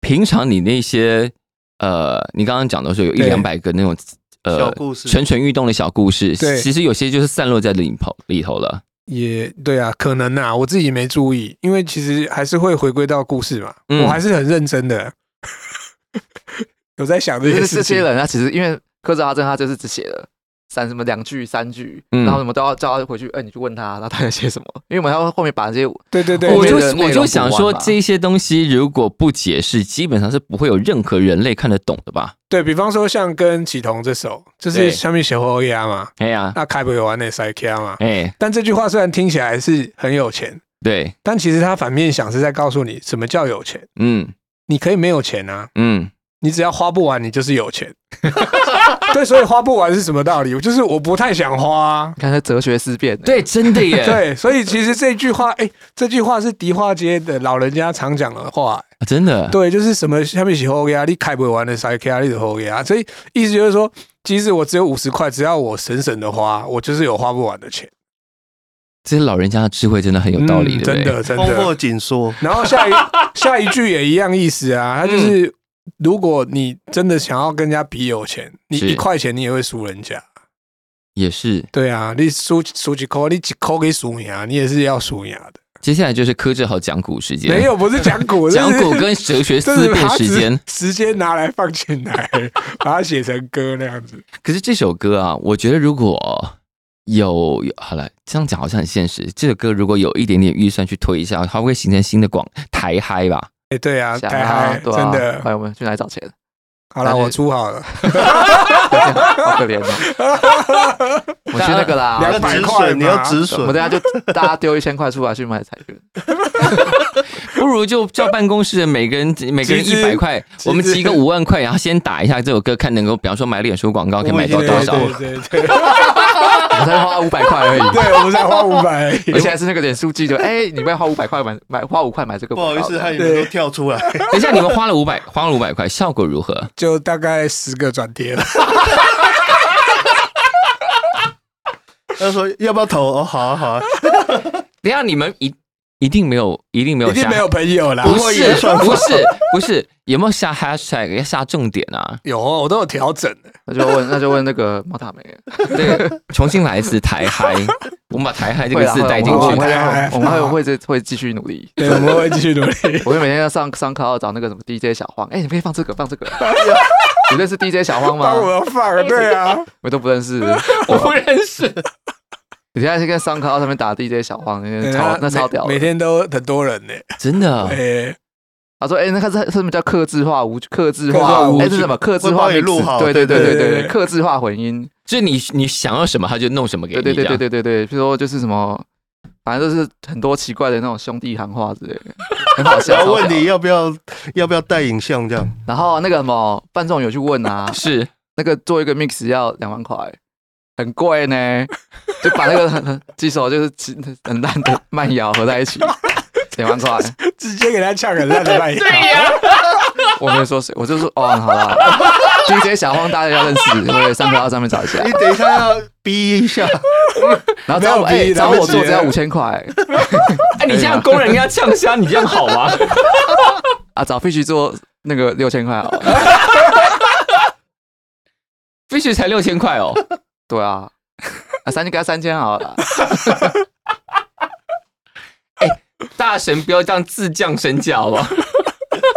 Speaker 2: 平常你那些呃，你刚刚讲的时候有一
Speaker 3: 对
Speaker 2: 两百个那种
Speaker 4: 小
Speaker 2: 呃
Speaker 4: 故事，
Speaker 2: 蠢蠢欲动的小故事，
Speaker 3: 对
Speaker 2: 其实有些就是散落在里头里头了。
Speaker 3: 也对啊，可能啊，我自己没注意，因为其实还是会回归到故事嘛，
Speaker 2: 嗯
Speaker 3: 我还是很认真的， 有在想这
Speaker 5: 就
Speaker 3: 些
Speaker 5: 是这
Speaker 3: 事情
Speaker 5: 些。人，他其实因为科泽阿正他就是只写了三什么两句三句，
Speaker 2: 嗯
Speaker 5: 然后什么都要叫他回去，哎、你去问他，然后他在写什么，因为我们要后面把这些
Speaker 3: 对对对，
Speaker 2: 我就
Speaker 5: 后面的内容
Speaker 2: 我就想
Speaker 5: 补
Speaker 2: 说，
Speaker 5: 完吧
Speaker 2: 这些东西如果不解释，基本上是不会有任何人类看得懂的吧？
Speaker 3: 对比方说像跟启彤这首，就是
Speaker 2: 对
Speaker 3: 下面写后压嘛，
Speaker 2: 哎呀，
Speaker 3: 那开不有完那塞卡嘛。
Speaker 2: 哎，
Speaker 3: 但这句话虽然听起来是很有钱，
Speaker 2: 对，
Speaker 3: 但其实它反面想是在告诉你什么叫有钱。
Speaker 2: 嗯
Speaker 3: 你可以没有钱啊，
Speaker 2: 嗯，
Speaker 3: 你只要花不完，你就是有钱。 对，所以花不完是什么道理？就是我不太想花、啊。
Speaker 5: 你看他哲学思辨、欸，
Speaker 2: 对，真的耶，
Speaker 3: 对，所以其实这句话，哎、这句话是迪化街的老人家常讲的话、
Speaker 2: 啊真的，
Speaker 3: 对，就是什么下面写后压，你开不完的塞卡，你的后压。所以意思就是说，即使我只有五十块，只要我省省的花，我就是有花不完的钱。
Speaker 2: 这些老人家的智慧真的很有道理，
Speaker 3: 嗯
Speaker 2: 对不
Speaker 3: 真
Speaker 2: 对？
Speaker 3: 的真
Speaker 4: 丰
Speaker 3: 的
Speaker 4: 富。紧缩，
Speaker 3: 然后下一下一句也一样意思啊，他就是、
Speaker 2: 嗯
Speaker 3: 如果你真的想要跟人家比有钱，你
Speaker 2: 是
Speaker 3: 一块钱你也会输人家。
Speaker 2: 也是。
Speaker 3: 对啊，你输输几扣，你几扣给输赢，啊你也是要输赢的。
Speaker 2: 接下来就是柯志豪讲古时间，
Speaker 3: 没有，不是讲古，
Speaker 2: 讲古
Speaker 3: 这是
Speaker 2: 跟哲 学思辨时间。，
Speaker 3: 直接拿来放进来，把它写成歌那样子。
Speaker 2: 可是这首歌啊，我觉得如果有有好了，这样讲好像很现实。这首歌如果有一点点预算去推一下，它会形成新的广台嗨吧？
Speaker 3: 哎，对啊，
Speaker 5: 想
Speaker 3: 太
Speaker 5: 啊
Speaker 3: 嗨，，
Speaker 5: 对
Speaker 3: 真
Speaker 5: 啊，
Speaker 3: 的。
Speaker 5: 来，我们去哪里找钱？
Speaker 3: 好了，
Speaker 5: 但是
Speaker 3: 我出好了，
Speaker 5: 好可怜哦。我去那个啦，
Speaker 3: 两
Speaker 4: 要
Speaker 3: 百
Speaker 4: 止
Speaker 3: 块嘛
Speaker 4: 损，你要止
Speaker 5: 我
Speaker 4: 损
Speaker 5: 们。等下就大家丢一千块出来去买彩券，
Speaker 2: 不如就叫办公室的每 个人每个人
Speaker 3: 集资
Speaker 2: 一百块，
Speaker 3: 资
Speaker 2: 我们集个五万块，然后先打一下这首歌，看能够，比方说买脸书广告可以买到
Speaker 4: 我
Speaker 3: 对
Speaker 2: 多
Speaker 3: 对
Speaker 2: 少。
Speaker 3: 对对，
Speaker 5: 我才花五百块而已。
Speaker 3: 对我们才花五百，
Speaker 5: 而且还是那个脸书记的，哎、你不要花五百块买买花五块买这个
Speaker 4: 不好
Speaker 5: 广
Speaker 4: 意
Speaker 5: 告
Speaker 4: 思，
Speaker 5: 的，
Speaker 4: 害你们都跳出来。
Speaker 2: 等一下，你们花了五百，花了五百块，效果如何？
Speaker 3: 就大概十个转贴了。
Speaker 4: 他说要不要投？哦，好啊，好啊。
Speaker 2: 等一下你们一一定没有，一定没有
Speaker 3: 一定
Speaker 2: 下，
Speaker 3: 没有朋友啦，
Speaker 2: 不
Speaker 4: 过
Speaker 2: 是
Speaker 4: 也算吧
Speaker 2: 不是 不是，有没有下 hashtag 要下重点啊？
Speaker 3: 有哦我都有调整的。
Speaker 5: 那就问那就问那个猫大梅，
Speaker 2: 对，重新来一次台嗨，我们把台嗨这
Speaker 5: 会
Speaker 2: 个
Speaker 5: 啦
Speaker 2: 字带进
Speaker 5: 会啦我
Speaker 2: 去。
Speaker 5: 们
Speaker 3: 台
Speaker 5: 会
Speaker 3: 嗨
Speaker 5: 我们会会会会继续努力。
Speaker 3: 对，我们会继续努力。
Speaker 5: 我会每天要上上课要找那个什么 DJ 小荒，哎、你可以放这个放这个，你认识 DJ 小荒
Speaker 3: 帮我
Speaker 5: 吗？
Speaker 3: 们 放，对啊，
Speaker 5: 我都不认识。
Speaker 2: 我不认识，
Speaker 5: 你现在去跟上课上面打 DJ 小荒，那
Speaker 3: 对
Speaker 5: 个嗯超
Speaker 3: 啊
Speaker 5: 那超屌的
Speaker 3: 每每天都很多人呢。
Speaker 2: 真的。
Speaker 3: 哎，
Speaker 5: 他说：“哎、那个是什么叫克制化无克制
Speaker 3: 客制化
Speaker 5: 化？
Speaker 3: 舞
Speaker 5: 哎、
Speaker 3: 曲
Speaker 5: 这是什么克制
Speaker 4: 会
Speaker 5: 化
Speaker 4: 帮你
Speaker 5: mix？
Speaker 4: 录好
Speaker 5: 对
Speaker 4: 对
Speaker 5: 对对
Speaker 3: 对
Speaker 5: 对
Speaker 3: 对
Speaker 5: 对
Speaker 3: 对
Speaker 5: 对，克制化混音。
Speaker 2: 就你你想要什么，他就弄什么给
Speaker 5: 对
Speaker 2: 你。
Speaker 5: 对对
Speaker 2: 这
Speaker 5: 对
Speaker 2: 样，
Speaker 5: 对对对，譬如说就是什么，反正就是很多奇怪的那种兄弟行话之类的，很好笑。
Speaker 4: 然后
Speaker 5: 超屌
Speaker 4: 问你要不要要不要带影像这样？
Speaker 5: 然后那个什么范仲有去问啊
Speaker 2: 是
Speaker 5: 那个做一个 mix 要两万块，很贵呢，就把那个很很几首就是很烂的慢摇合在一起，点完出来，
Speaker 3: 直接给他呛个烂的烂牙。对呀、
Speaker 5: 我没有说谁，我就说哦，好啦，DJ 小荒大家要认识，对，上课到上面找一下
Speaker 4: 你，哎等一下要逼一下，
Speaker 5: 然后找我，
Speaker 3: 没有
Speaker 5: 哎，
Speaker 3: 逼
Speaker 5: 找
Speaker 3: 来
Speaker 5: 我
Speaker 3: 不及
Speaker 5: 做只要
Speaker 3: 了
Speaker 5: 五千块
Speaker 2: 哎，你这样工人人家呛虾，你这样好吗？
Speaker 5: 啊，找 Fish 做那个六千块好了，
Speaker 2: 必须才六千块哦，
Speaker 5: 对啊，啊，三千给他三千好了啦，
Speaker 2: 大神不要这样自降身价好不好？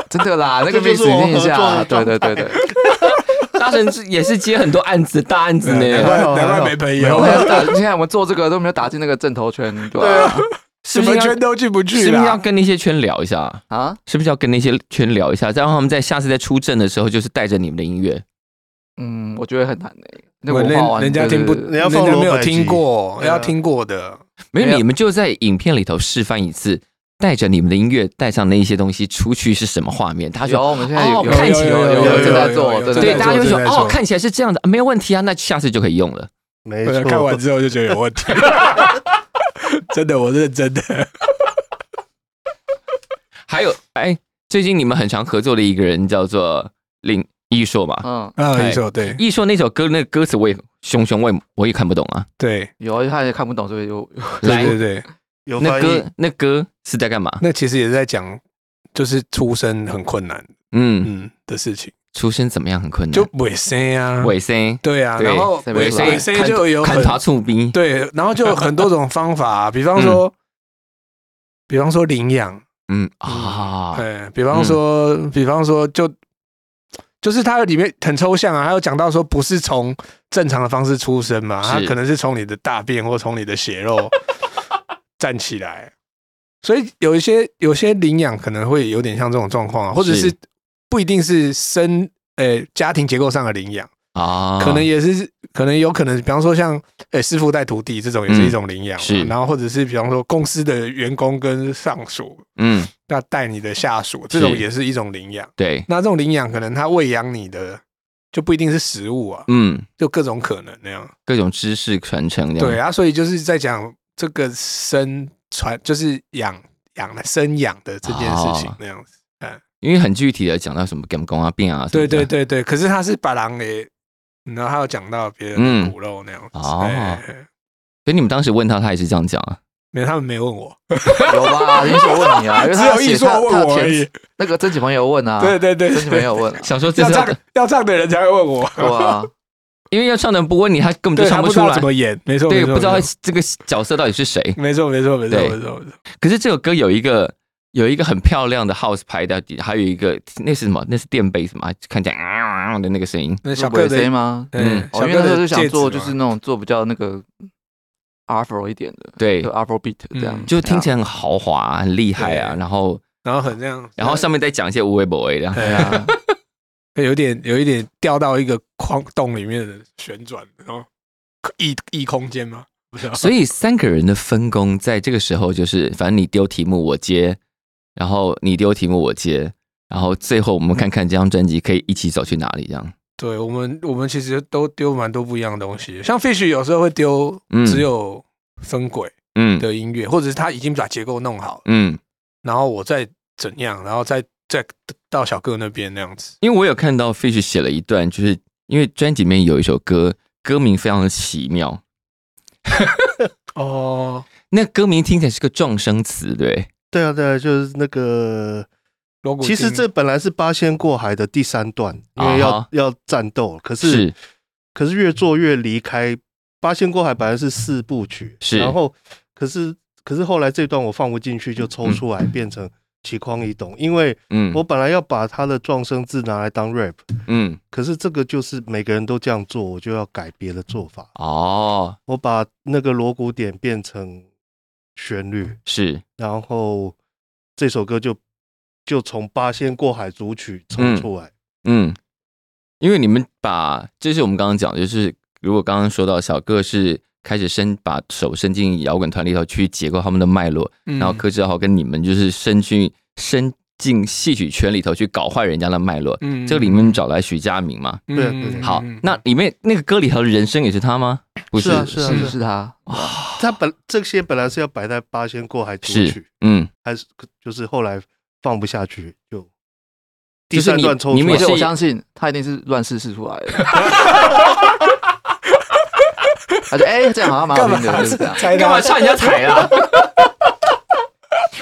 Speaker 5: 真的啦，那个
Speaker 4: 这就
Speaker 5: 妹
Speaker 4: 是
Speaker 5: 子一
Speaker 4: 我们
Speaker 5: 定一
Speaker 4: 合作
Speaker 5: 下，
Speaker 4: 的
Speaker 5: 对对对
Speaker 4: 状态
Speaker 5: 对。
Speaker 2: 大神是也是接很多案子，大案子
Speaker 3: 嗯难怪
Speaker 2: 呢，
Speaker 3: 难怪没朋
Speaker 5: 我
Speaker 3: 友
Speaker 5: 们，要打，现在我们做这个都没有打进那个正头圈，对吧、
Speaker 2: 是
Speaker 3: 什
Speaker 2: 不
Speaker 3: 么
Speaker 2: 是要
Speaker 3: 圈都进不去
Speaker 2: 是不是要
Speaker 3: 啦。
Speaker 2: 跟那些圈聊一下？
Speaker 5: 啊？
Speaker 2: 是不是要跟那些圈聊一下，再让他们在下次再出阵的时候，就是带着你们的音乐？
Speaker 5: 嗯，我觉得很难诶、那个
Speaker 3: 我
Speaker 5: 文化
Speaker 3: 人
Speaker 5: 完
Speaker 3: 人家听不，
Speaker 5: 对对
Speaker 4: 你
Speaker 5: 对
Speaker 4: 要
Speaker 3: 人家
Speaker 4: 放
Speaker 3: 没
Speaker 4: 罗
Speaker 3: 有
Speaker 4: 百
Speaker 3: 听
Speaker 4: 吉
Speaker 3: 过，
Speaker 4: 对啊
Speaker 3: 要听过的。
Speaker 2: 没
Speaker 5: 没
Speaker 2: 有，
Speaker 5: 有
Speaker 2: 你们就在影片里头示范一次，带着你们的音乐，带上那一些东西出去是什么画面？他
Speaker 5: 有，
Speaker 2: 说。
Speaker 5: 我们现在
Speaker 2: 哦
Speaker 5: 有、有
Speaker 2: 看起来有有有
Speaker 5: 正在
Speaker 3: 有
Speaker 5: 做，
Speaker 3: 有有
Speaker 2: 对，
Speaker 3: 有
Speaker 2: 大家就会
Speaker 3: 有
Speaker 2: 说
Speaker 3: 正在做
Speaker 2: 哦，看起来是这样的，没有问题啊，那下次就可以用了。
Speaker 4: 没
Speaker 3: 对啊
Speaker 4: 错，
Speaker 3: 看完之后就觉得有问题。 真的，我认真的。
Speaker 2: 还有，哎，最近你们很常合作的一个人叫做林艺硕嘛？
Speaker 5: 嗯，
Speaker 3: 啊，
Speaker 2: 对
Speaker 3: 一首对
Speaker 2: 艺硕那首歌那个歌词我也熊熊，我也我也看不懂啊。
Speaker 3: 对
Speaker 5: 有他也看不懂，所以有
Speaker 3: 对
Speaker 2: 来，
Speaker 3: 对对，
Speaker 4: 有
Speaker 2: 那
Speaker 4: 翻译
Speaker 2: 歌那歌是在干嘛？
Speaker 3: 那其实也是在讲，就是出生很困难，
Speaker 2: 嗯，
Speaker 3: 嗯的事情，
Speaker 2: 出生怎么样很困难，
Speaker 3: 就尾声啊，
Speaker 2: 尾声，
Speaker 3: 对啊，
Speaker 2: 对
Speaker 3: 然后
Speaker 5: 尾
Speaker 3: 尾
Speaker 5: 声
Speaker 3: 尾声
Speaker 2: 看
Speaker 3: 就有
Speaker 2: 看
Speaker 3: 很
Speaker 2: 他醋逼，
Speaker 3: 对，然后就有很多种方 法、比方说，比方说领养，
Speaker 2: 嗯啊，嗯
Speaker 3: 对，比方说，比方说就，就是它里面很抽象啊，还有讲到说不是从正常的方式出生嘛，它
Speaker 2: 是
Speaker 3: 可能是从你的大便或从你的血肉 站起来，所以有一些有些领养可能会有点像这种状况啊，或者
Speaker 2: 是
Speaker 3: 是不一定是生呃家庭结构上的领养，
Speaker 2: 啊，
Speaker 3: 可能也是可能有可能，比方说像呃师傅带徒弟这种也是
Speaker 2: 嗯
Speaker 3: 一种领养嘛、
Speaker 2: 是
Speaker 3: 然后或者是比方说公司的员工跟上属。
Speaker 2: 嗯，
Speaker 3: 那带你的下属，这种
Speaker 2: 是
Speaker 3: 也是一种领养。
Speaker 2: 对，
Speaker 3: 那这种领养可能它喂养你的就不一定是食物啊，
Speaker 2: 嗯，
Speaker 3: 就各种可能那样。
Speaker 2: 各种知识传承这样，
Speaker 3: 对啊，所以就是在讲这个生传，就是养养生养的这件事情
Speaker 2: 哦
Speaker 3: 那样子。
Speaker 2: 因为很具体的讲到什么干工啊、变啊，
Speaker 3: 对对，对对，可是他是把狼给，然后他有讲到别人
Speaker 2: 嗯
Speaker 3: 的骨肉那样子。
Speaker 2: 哦
Speaker 3: 哎哎
Speaker 2: 所以你们当时问他，他也是这样讲啊，
Speaker 3: 没有，他们没问我，
Speaker 5: 有吧？艺硕问你啊，因 为
Speaker 3: 只
Speaker 5: 他要
Speaker 3: 有
Speaker 5: 写
Speaker 3: 艺术
Speaker 5: 他
Speaker 3: 问我
Speaker 5: 他
Speaker 3: 而
Speaker 5: 填
Speaker 3: 已。
Speaker 5: 那个真姐朋友问啊，
Speaker 3: 对对对
Speaker 5: 真姐朋友问 啊，
Speaker 2: 想说这
Speaker 3: 要
Speaker 2: 是要
Speaker 3: 唱要唱的人才会问我，
Speaker 5: 对啊，
Speaker 2: 因为要唱的人不问你，他根本就
Speaker 3: 对
Speaker 2: 唱
Speaker 3: 他不知
Speaker 2: 出
Speaker 3: 道
Speaker 2: 来
Speaker 3: 怎，么演，没错，
Speaker 2: 对，
Speaker 3: 没错
Speaker 2: 不知道
Speaker 3: 没
Speaker 2: 这个角色到底是谁。
Speaker 3: 错 没错没错没
Speaker 2: 对
Speaker 3: 错没错没错，
Speaker 2: 可是这首歌有一个有一个很漂亮的 house 拍到底，还有一个那是什么？那是电贝什么？看起来啊啊啊的那个声音，
Speaker 3: 那
Speaker 5: 小
Speaker 3: 小哥的
Speaker 5: 谁吗？
Speaker 2: 嗯
Speaker 3: 嗯，
Speaker 5: 哦，
Speaker 3: 小
Speaker 5: 因为那
Speaker 3: 哥
Speaker 5: 时候
Speaker 3: 的
Speaker 5: 就想
Speaker 3: 戒指
Speaker 5: 做
Speaker 3: 嘛
Speaker 5: 就是那种做比较那个 Afro 一点的，
Speaker 2: 对
Speaker 5: 就，Afro beat 这样，
Speaker 3: 嗯
Speaker 2: 就听起来很豪华啊、很厉害啊，
Speaker 3: 对
Speaker 2: 然后
Speaker 3: 然后很这样，
Speaker 2: 然后上面再讲一些无为不为的，
Speaker 3: 对
Speaker 5: 对
Speaker 3: 啊，
Speaker 5: 啊，
Speaker 3: 有点有一点掉到一个框洞里面的旋转，然后异异空间吗？不知道，
Speaker 2: 所以三个人的分工在这个时候就是，反正你丢题目我接，然后你丢题目我接，然后最后我们看看这张专辑可以一起走去哪里这样。
Speaker 3: 对我们我们其实都丢蛮多不一样的东西，像 Fish 有时候会丢
Speaker 2: 嗯
Speaker 3: 只有分轨
Speaker 2: 嗯
Speaker 3: 的音乐，或者是他已经把结构弄好了，
Speaker 2: 嗯，
Speaker 3: 然后我再怎样，然后再再到小哥那边那样子。
Speaker 2: 因为我有看到 Fish 写了一段，就是因为专辑里面有一首歌，歌名非常的奇妙，
Speaker 3: 哦，
Speaker 2: 那歌名听起来是个撞声词，对，
Speaker 4: 对啊对啊，就是那个。
Speaker 3: 锣鼓
Speaker 4: 其实
Speaker 3: 叮
Speaker 4: 这本来是八仙过海的第三段，因为要、
Speaker 2: 啊哈
Speaker 4: 要战斗，可是可是越做越离开八仙过海，本来是四部曲，
Speaker 2: 是
Speaker 4: 然后可是可是后来这段我放不进去，就抽出来变成奇匡一懂，因为
Speaker 2: 嗯
Speaker 4: 我本来要把他的撞声字拿来当 rap，
Speaker 2: 嗯
Speaker 4: 可是这个就是每个人都这样做，我就要改别的做法，
Speaker 2: 哦
Speaker 4: 我把那个锣鼓点变成旋律，
Speaker 2: 是
Speaker 4: 然后这首歌就就从八仙过海组曲抽出来。
Speaker 2: 嗯，因为你们把，这是我们刚刚讲的，就是如果刚刚说到小个是开始伸把手伸进摇滚团里头去解构他们的脉络，
Speaker 3: 嗯
Speaker 2: 然后柯志豪跟你们就是伸去伸进戏曲圈里头去搞坏人家的脉络。
Speaker 3: 嗯
Speaker 2: 这里面找来许佳明嘛，
Speaker 3: 嗯
Speaker 4: 对
Speaker 3: 嗯
Speaker 4: 对
Speaker 2: 好
Speaker 3: 嗯，
Speaker 2: 那里面那个歌里头的人声也是他吗？不
Speaker 4: 是啊是啊
Speaker 5: 是是他，
Speaker 4: 他本这些本来是要摆在八仙过海主曲
Speaker 2: 是，，嗯，
Speaker 4: 还是就是后来放不下去，就
Speaker 2: 就
Speaker 4: 第
Speaker 2: 是
Speaker 4: 三
Speaker 2: 你
Speaker 4: 段抽出
Speaker 2: 你们
Speaker 5: 而
Speaker 2: 也
Speaker 5: 且
Speaker 4: 来
Speaker 2: 是
Speaker 5: 我相信他一定是乱试试出 来的。他就哎，这样好像蛮好
Speaker 3: 干嘛
Speaker 5: 听的，就是这样。
Speaker 3: 猜
Speaker 2: 干
Speaker 3: 他
Speaker 2: 嘛差人家啊踩啦？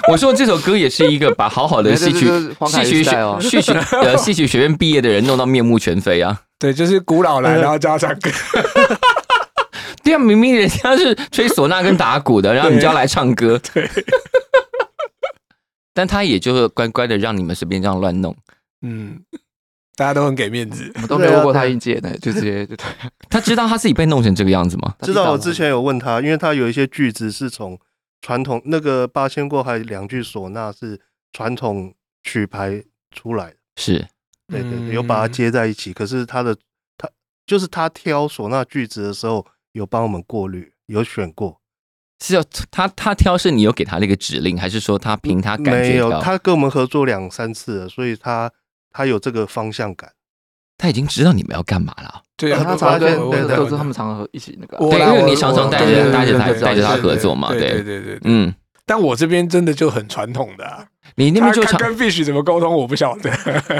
Speaker 2: 我说这首歌也是一个把好好的戏曲
Speaker 5: 对对对黄凯
Speaker 2: 戏曲
Speaker 5: 瑜
Speaker 2: 学
Speaker 5: style 啊
Speaker 2: 戏曲呃戏曲学院毕业的人弄到面目全非啊！
Speaker 3: 对，就是古老
Speaker 2: 嗯
Speaker 3: 来，然后加上歌，
Speaker 2: 对啊，明明人家是吹唢呐跟打鼓的，然后你就要来唱歌，
Speaker 3: 对，
Speaker 2: 但他也就是乖乖的让你们随便这样乱弄。
Speaker 3: 嗯，大家都很给面子
Speaker 5: 我，们都
Speaker 3: 啊
Speaker 5: 没有问过他意见呢，就直接就
Speaker 2: 他知道他自己被弄成这个样子吗？
Speaker 4: 知道我之前有问他，因为他有一些句子是从传统那个八仙过海两句唢呐是传统曲牌出来的，
Speaker 2: 是
Speaker 4: 对对对，
Speaker 3: 嗯
Speaker 4: 有把它接在一起。可是他的他就是他挑唢呐句子的时候，有帮我们过滤，有选过，
Speaker 2: 是要他他挑是你有给他那个指令，还是说他凭他啊感
Speaker 4: 没
Speaker 2: 觉
Speaker 4: 有
Speaker 2: 到？
Speaker 4: 他跟我们合作两三次了，所以他他有这个方向感。
Speaker 2: 他已经知道你们要干嘛了。
Speaker 3: 对啊，
Speaker 5: 他
Speaker 4: 发
Speaker 5: 常
Speaker 4: 现
Speaker 5: 跟
Speaker 4: 对对对
Speaker 5: 都是他们常和一起那个啊。
Speaker 3: 我
Speaker 2: 对，
Speaker 3: 啦
Speaker 2: 因为
Speaker 3: 我
Speaker 2: 你常常
Speaker 3: 我
Speaker 2: 带
Speaker 3: 对
Speaker 2: 着
Speaker 3: 对
Speaker 2: 带着
Speaker 3: 对
Speaker 2: 他
Speaker 3: 对
Speaker 2: 带着他合作嘛，
Speaker 3: 对对
Speaker 2: 对，
Speaker 3: 对对对。
Speaker 2: 嗯，
Speaker 3: 但我这边真的就很传统的啊，
Speaker 2: 你那边就
Speaker 3: 他
Speaker 2: 常
Speaker 3: 他跟 Fish 怎么沟通我不晓得，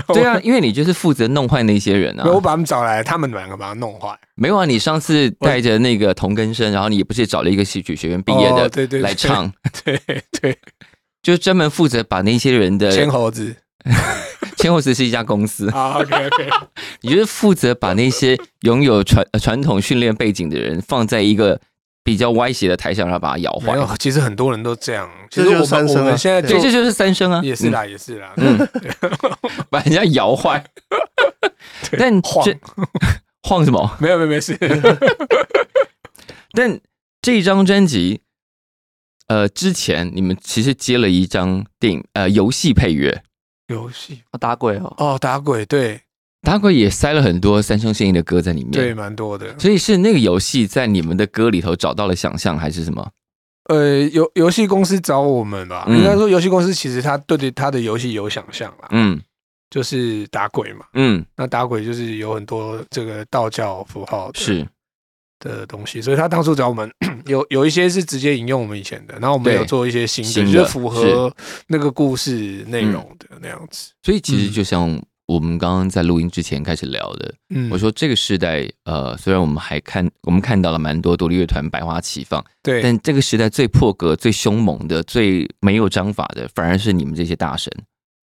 Speaker 2: 对啊，因为你就是负责弄坏那些人啊
Speaker 3: 没。 有我把他们找来，他们两个把他弄坏。
Speaker 2: 没有啊，你上次带着那个童根生，然后你也不是找了一个戏曲学院毕业
Speaker 3: 哦对
Speaker 2: 的
Speaker 3: 对
Speaker 2: 来唱，
Speaker 3: 对对，
Speaker 2: 就是专门负责把那些人的
Speaker 3: 牵猴子
Speaker 2: 千后子是一家公司，
Speaker 3: 啊，OK OK，
Speaker 2: 你就是负责把那些拥有传呃传统训练背景的人放在一个比较歪斜的台上，然后把它摇
Speaker 3: 没
Speaker 2: 坏。
Speaker 3: 有，其实很多人都这样。其
Speaker 4: 这
Speaker 3: 实
Speaker 4: 就是
Speaker 3: 我
Speaker 4: 三
Speaker 3: 们
Speaker 4: 生啊
Speaker 3: 我们现在
Speaker 2: 对，
Speaker 3: 就
Speaker 2: 这就是三声啊，
Speaker 3: 也是
Speaker 2: 嗯
Speaker 3: 啦，也是啦，
Speaker 2: 嗯，把人家摇坏。
Speaker 3: 对
Speaker 2: 但
Speaker 3: 晃
Speaker 2: 这晃什么？
Speaker 3: 没有没有 没事，
Speaker 2: 但这张专辑，呃，之前你们其实接了一张电影呃游戏配乐，
Speaker 3: 游戏
Speaker 5: 啊打鬼哦，
Speaker 3: 哦，打鬼，对
Speaker 2: 打鬼也塞了很多三生现役的歌在里面。
Speaker 3: 对，，蛮多的。
Speaker 2: 所以是那个游戏在你们的歌里头找到了想象，还是什么？
Speaker 3: 呃，游游戏公司找我们吧，
Speaker 2: 嗯
Speaker 3: 应该说游戏公司其实他对他的游戏有想象啦，
Speaker 2: 嗯
Speaker 3: 就是打鬼嘛。
Speaker 2: 嗯，
Speaker 3: 那打鬼就是有很多这个道教符号的
Speaker 2: 是
Speaker 3: 的东西，所以他当初找我们有有一些是直接引用我们以前的，然后我们
Speaker 2: 对
Speaker 3: 有做一些新
Speaker 2: 新
Speaker 3: 的，
Speaker 2: 的嗯
Speaker 3: 就是符合那个故事内容的那样子。
Speaker 2: 所以其实就像我们刚刚在录音之前开始聊的，
Speaker 3: 嗯
Speaker 2: 我说这个时代，呃，虽然我们还看我们看到了蛮多独立乐团百花齐放，
Speaker 3: 对
Speaker 2: 但这个时代最破格、最凶猛的、最没有章法的，反而是你们这些大神。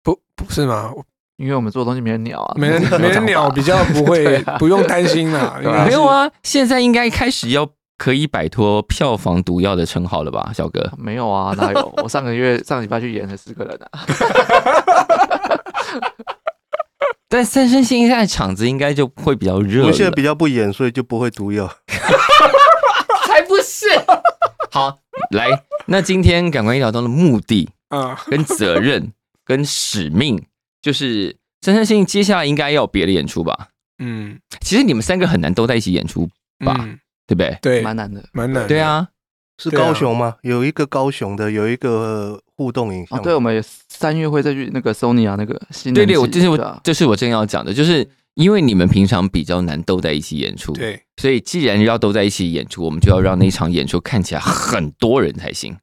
Speaker 3: 不不是吗？
Speaker 5: 因为我们做的东西没人鸟 啊，
Speaker 3: 没人没人鸟比较不
Speaker 5: 对
Speaker 3: 会
Speaker 5: 啊
Speaker 3: 不用担 心啦，
Speaker 5: 对
Speaker 3: 因
Speaker 5: 啊
Speaker 3: 为
Speaker 2: 没有啊，现在应该开始要可以摆脱票房毒药的称号了吧，小哥？
Speaker 5: 没有啊，哪有？我上个月上个礼拜去演了四个人啊，
Speaker 2: 但三生现在场子应该就会比较
Speaker 4: 我
Speaker 2: 热
Speaker 4: 们现在
Speaker 2: 了
Speaker 4: 比，较不演，所以就不会毒药。
Speaker 2: 才不是。好，来，那今天感官医疗中的目的
Speaker 3: 啊，
Speaker 2: 跟责 任跟使命，就是三生现接下来应该要有别的演出吧？
Speaker 3: 嗯
Speaker 2: 其实你们三个很难都在一起演出，吧
Speaker 3: 嗯
Speaker 2: 对不对？
Speaker 3: 对，
Speaker 5: 蛮难的。
Speaker 3: 蛮难的，
Speaker 2: 对啊，
Speaker 4: 是
Speaker 3: 对啊
Speaker 4: 高雄吗？有一个高雄的，有一个互动影
Speaker 5: 哦，
Speaker 3: 嗯
Speaker 4: 像。
Speaker 5: 对，我们有三月会再去那个 Sony 啊，那个新
Speaker 2: 对
Speaker 5: 人
Speaker 2: 对，我这嗯
Speaker 5: 季
Speaker 2: 是
Speaker 5: 对
Speaker 2: 我
Speaker 5: 啊
Speaker 2: 这是我正要讲的，就是因为你们平常比较难都在一起演出，，
Speaker 3: 对，
Speaker 2: 所以既然要都在一起演出，我们就要让那场演出看起来很多人才 行。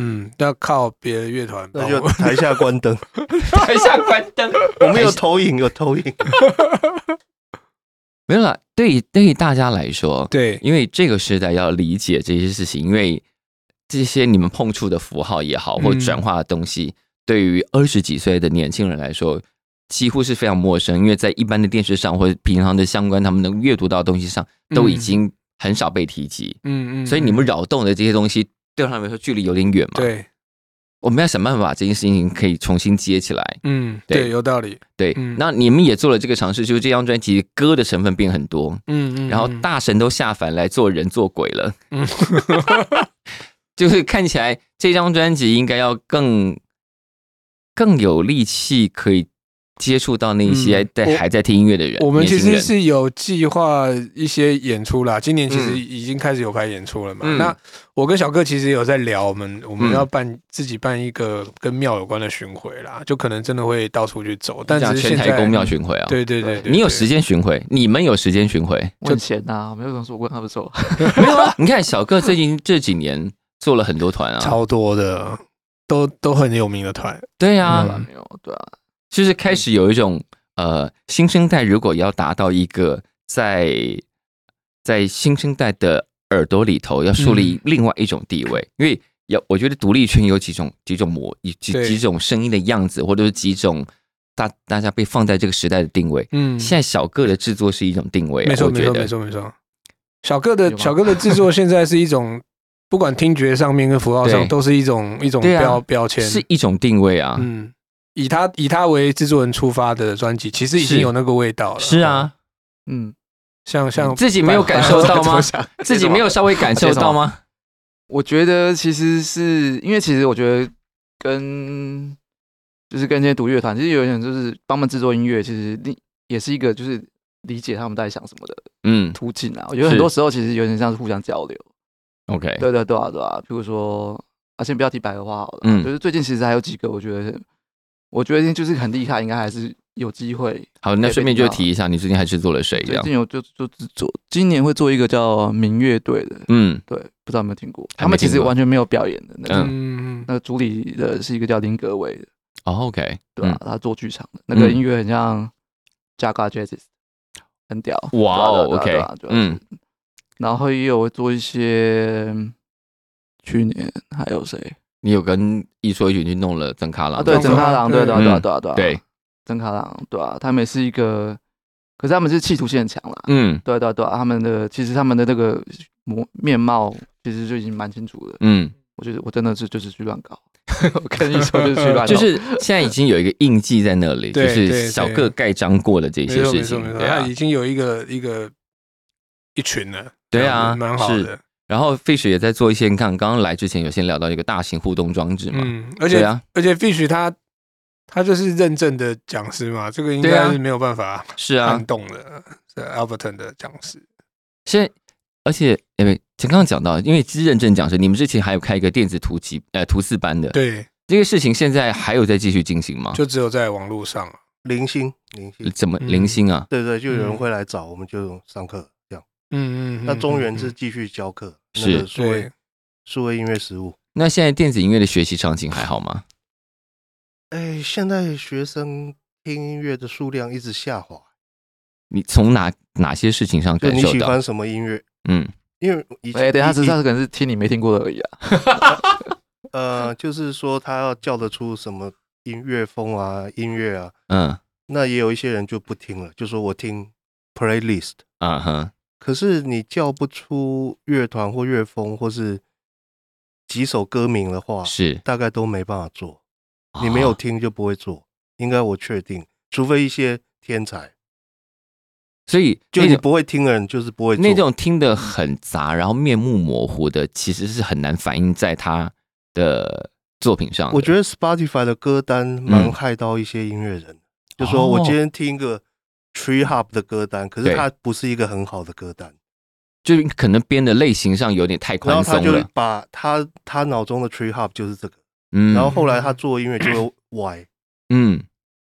Speaker 3: 嗯，要靠别的乐团帮
Speaker 4: 那
Speaker 3: 我
Speaker 4: 就台下关灯。
Speaker 2: 哦台下关灯，
Speaker 4: 我们有投影，有投影。
Speaker 2: 没有啦，对于对于大家来说，
Speaker 3: 对
Speaker 2: 因为这个时代要理解这些事情，因为这些你们碰触的符号也好，或
Speaker 3: 嗯
Speaker 2: 转化的东西，对于二十几岁的年轻人来说，几乎是非常陌生。因为在一般的电视上或者平常的相关他们能阅读到的东西上，都已
Speaker 3: 嗯
Speaker 2: 经很少被提及。
Speaker 3: 嗯嗯，
Speaker 2: 所以你们
Speaker 3: 嗯
Speaker 2: 扰动的这些东西，对他们来说距离有点远嘛。，
Speaker 3: 对，
Speaker 2: 我们要想办法把这件事情可以重新接起来。
Speaker 3: 嗯
Speaker 2: 对
Speaker 3: 对，有道理，
Speaker 2: 对，
Speaker 3: 嗯
Speaker 2: 那你们也做了这个尝试，就是这张专辑歌的成分变很多，
Speaker 3: 嗯嗯，
Speaker 2: 然后
Speaker 3: 嗯
Speaker 2: 大神都下凡来做人做鬼了，
Speaker 3: 嗯
Speaker 2: 就是看起来这张专辑应该要更更有力气，可以接触到那一些
Speaker 3: 嗯
Speaker 2: 在
Speaker 3: 我
Speaker 2: 还在听音乐的人，
Speaker 3: 我们其
Speaker 2: 年轻
Speaker 3: 实
Speaker 2: 人
Speaker 3: 是有计划一些演出啦，今年其实
Speaker 4: 嗯
Speaker 3: 已经开始有开演出了嘛。
Speaker 2: 嗯
Speaker 3: 那我跟小哥其实有在聊，我们我们
Speaker 2: 嗯
Speaker 3: 要办、自己办一个跟庙有关的巡回啦，就可能真的会到处去走，但
Speaker 2: 讲
Speaker 3: 只是
Speaker 2: 全
Speaker 3: 现
Speaker 2: 台
Speaker 3: 在
Speaker 2: 公庙巡回啊，
Speaker 3: 对对对对，
Speaker 2: 你有
Speaker 3: 对
Speaker 2: 时间巡回，你们有时间巡回，
Speaker 5: 问钱啊呐，我没有跟说我问他们说，
Speaker 2: 没有啊？你看小哥最近这几年做了很多团啊，
Speaker 3: 超多的，都都很有名的团，
Speaker 2: 对啊，
Speaker 3: 嗯
Speaker 5: 没有，对啊，
Speaker 2: 就是开
Speaker 5: 嗯
Speaker 2: 始有一种呃，新生代如果要达到一个在在新生代的耳朵里头要树
Speaker 5: 嗯
Speaker 2: 立另外一种地位，因为要我觉得独立圈有几种几种模几
Speaker 3: 对
Speaker 2: 几种声音的样子，或者是几种大大家被放在这个时代的定位。
Speaker 3: 嗯，
Speaker 2: 现在小个的制作是一种定位啊，
Speaker 3: 没错
Speaker 2: 我
Speaker 3: 没
Speaker 2: 觉
Speaker 3: 错没
Speaker 2: 得
Speaker 3: 错没错。小哥的
Speaker 5: 有吗
Speaker 3: 小哥的制作现在是一种，不管听觉上面跟符号上
Speaker 2: 对
Speaker 3: 都是一种一种
Speaker 2: 对啊
Speaker 3: 标标签，
Speaker 2: 是一种定位啊，
Speaker 3: 嗯，以他以他为制作人出发的专辑，其实已经
Speaker 2: 是
Speaker 3: 有那个味道了。
Speaker 2: 是，啊，
Speaker 5: 嗯，
Speaker 3: 像像
Speaker 2: 自己没有感 受到吗？自己没有稍微感受到吗？
Speaker 5: 我觉得其实是因为其实我觉得跟就是跟这些独乐团，其实有点就是帮他们制作音乐，其实另也是一个就是理解他们在想什么的
Speaker 2: 嗯
Speaker 5: 途径啊。我觉得很多时候其实有点像是互相交流。
Speaker 2: ，OK，
Speaker 5: 对对对啊对啊，比如说啊，先不要提白的话好了，
Speaker 2: 嗯
Speaker 5: 就是最近其实还有几个，我觉得我觉得就是很厉害，应该还是有机会。
Speaker 2: 好，那顺便就提一下，你最近还制作了谁？这
Speaker 5: 最
Speaker 2: 样
Speaker 5: 近，有就就就做，今年会做一个叫民乐队的，
Speaker 2: 嗯
Speaker 5: 对，不知道有没有听过？
Speaker 2: 还没
Speaker 5: 他们其实
Speaker 2: 听过
Speaker 5: 完全没有表演的那种。
Speaker 3: 嗯，
Speaker 5: 那个主理的是一个叫林格伟的，
Speaker 2: 哦，OK，
Speaker 5: 对啊吧、
Speaker 2: 嗯
Speaker 5: 他做剧场的，那个
Speaker 2: 嗯
Speaker 5: 音乐很像 Jaga Jazz，很屌。
Speaker 2: 哇哦
Speaker 5: 对啊对啊对啊
Speaker 2: ，OK，
Speaker 5: 对啊
Speaker 2: 嗯，
Speaker 5: 然后也有做一些，去年还有谁
Speaker 2: 你有跟一说一群去弄了曾卡
Speaker 5: 啊？
Speaker 2: 朗，
Speaker 5: 对，
Speaker 3: 曾
Speaker 5: 曾
Speaker 3: 卡
Speaker 5: 卡
Speaker 3: 朗
Speaker 5: 郎，对对
Speaker 3: 对
Speaker 5: 啊对啊
Speaker 2: 嗯
Speaker 5: 对啊对啊，
Speaker 2: 对，
Speaker 5: 曾卡郎，对啊，他们也是一个，可是他们是企图性很强啦，
Speaker 2: 嗯
Speaker 5: 对啊对啊对啊，他们的其实他们的那个模面貌其实就已经蛮清楚的，
Speaker 2: 嗯，
Speaker 5: 我觉得我真的是就是去 乱搞，我跟你说就是去乱搞，
Speaker 2: 就是现在已经有一个印记在那 里，就
Speaker 3: 对
Speaker 2: 是小个盖章过的这
Speaker 3: 没
Speaker 2: 些
Speaker 3: 错没
Speaker 2: 事
Speaker 3: 错
Speaker 2: 情
Speaker 3: 没，错，
Speaker 2: 对
Speaker 3: 他
Speaker 2: 啊
Speaker 3: 已，经有一个一个一群了，
Speaker 2: 对啊，
Speaker 3: 蛮好
Speaker 2: 是。
Speaker 3: 的，
Speaker 2: 然后 Fish 也在做一些，你看刚刚来之前有先聊到一个大型互动装置嘛，
Speaker 3: 嗯，而
Speaker 2: 对
Speaker 3: 且
Speaker 2: 啊，
Speaker 3: 而且 Fish 他他就是认证的讲师嘛，这个应
Speaker 2: 对啊
Speaker 3: 该是没有办法
Speaker 2: 是啊
Speaker 3: 撼，动的，是 Alberton 的讲师，
Speaker 2: 现在，而且因为刚刚讲到，因为认证讲师，你们之前还有开一个电子图集呃图四班的，啊
Speaker 3: 对，
Speaker 2: 这个事情现在还有在继续进行吗？
Speaker 3: 就只有在网络上，
Speaker 4: 零星零星，
Speaker 2: 怎么
Speaker 3: 嗯
Speaker 2: 零星啊？
Speaker 4: 对对，就有人
Speaker 3: 嗯
Speaker 4: 会来找，我们就上课这样。
Speaker 3: 嗯嗯，
Speaker 4: 那中原
Speaker 3: 原
Speaker 4: 是继续教课，那
Speaker 2: 是
Speaker 4: 个数
Speaker 3: 对
Speaker 4: 位，数位音乐实务。
Speaker 2: 那现在电子音乐的学习场景还好吗？
Speaker 4: 哎，现在学生听音乐的数量一直下滑，
Speaker 2: 你从哪哪些事情上
Speaker 4: 就
Speaker 2: 感
Speaker 4: 你
Speaker 2: 受
Speaker 4: 喜
Speaker 2: 到？
Speaker 4: 欢什么音乐？
Speaker 2: 嗯，
Speaker 4: 因为以前
Speaker 5: 哎，等一下
Speaker 4: 以
Speaker 5: 只是他可能是听你没听过的而已啊，
Speaker 4: 呃，就是说他要叫得出什么音乐风啊，音乐啊。
Speaker 2: 嗯
Speaker 4: 那也有一些人就不听了，就说我听 playlist，
Speaker 2: 啊哈，
Speaker 4: 可是你叫不出乐团或乐风或是几首歌名的话，
Speaker 2: 是
Speaker 4: 大概都没办法做。你没有
Speaker 2: 啊
Speaker 4: 听就不会做，应该我确定，除非一些天才，
Speaker 2: 所以
Speaker 4: 就
Speaker 2: 那
Speaker 4: 你
Speaker 2: 种
Speaker 4: 不会听的人就是不会做。
Speaker 2: 那种听得很杂，然后面目模糊的，其实是很难反映在他的作品上的。嗯
Speaker 4: 我觉得 Spotify 的歌单蛮害到一些音乐人，就说我今天听一个 Tree Hop 的歌单，可是
Speaker 2: 哦对
Speaker 4: 它不是一个很好的歌单，
Speaker 2: 就是可能编的类型上有点太
Speaker 4: 然
Speaker 2: 宽
Speaker 4: 后他
Speaker 2: 松
Speaker 4: 就
Speaker 2: 了。
Speaker 4: 把他他脑中的 Tree Hop 就是这个，
Speaker 2: 嗯，
Speaker 4: 然后后来他做音乐就会歪。
Speaker 2: 嗯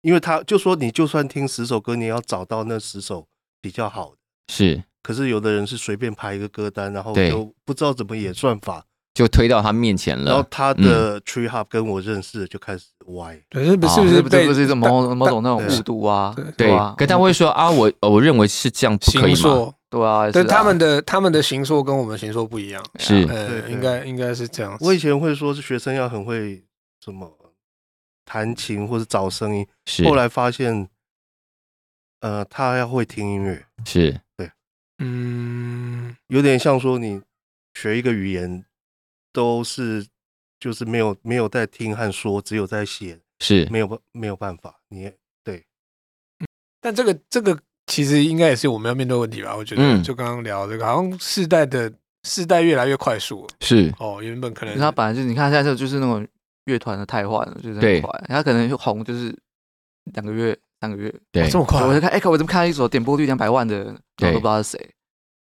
Speaker 4: 因为他就说你就算听十首歌，你也要找到那十首比较好的。
Speaker 2: 是
Speaker 4: 可是有的人是随便排一个歌单，然后
Speaker 2: 对嗯
Speaker 4: 就不知道怎么演算法，
Speaker 2: 就推到他面前
Speaker 4: 然后
Speaker 2: 了。
Speaker 4: 他的 Tree Hop 跟我认识的就开始歪。
Speaker 3: 可是不是
Speaker 2: 哦
Speaker 3: 不
Speaker 5: 是
Speaker 3: 是
Speaker 5: 不是
Speaker 3: 被
Speaker 5: 不是一种某某种那种
Speaker 4: 对
Speaker 5: 误读啊
Speaker 3: 对，
Speaker 2: 对
Speaker 5: 啊，，
Speaker 2: 可他会 说啊，我我认为是这样，不可
Speaker 3: 行
Speaker 2: 以吗？
Speaker 3: 硕，
Speaker 5: 对啊，也是
Speaker 3: 但他
Speaker 5: 啊
Speaker 3: 们的他们的行硕跟我们行硕不一样，
Speaker 2: 是
Speaker 4: 对
Speaker 3: 呃，
Speaker 4: 对
Speaker 3: 应该应该是这样子。
Speaker 4: 我以前会说是学生要很会什么弹琴或是找声音，
Speaker 2: 是，
Speaker 4: 后来发现，呃，他要会听音乐，
Speaker 2: 是
Speaker 3: 嗯，
Speaker 4: 有点像说你学一个语言都是就是没有没有在听和说，只有在写，
Speaker 2: 是
Speaker 4: 没有办没有办法，你
Speaker 3: 但这个这个其实应该也是我们要面对的问题吧？我觉得，
Speaker 2: 嗯
Speaker 3: 就刚刚聊这个，好像世代的世代越来越快速了
Speaker 2: 是，
Speaker 3: 哦，原本可能
Speaker 5: 因为他本来就是你看现在就就是那种乐团的太换了，就是
Speaker 2: 对
Speaker 5: 很快，他可能红就是两个月、三个月，
Speaker 2: 对
Speaker 3: 这么快
Speaker 5: 我就看，哎、我怎么看到一首点播率两百万的，然
Speaker 2: 对
Speaker 5: 后都不知道是谁，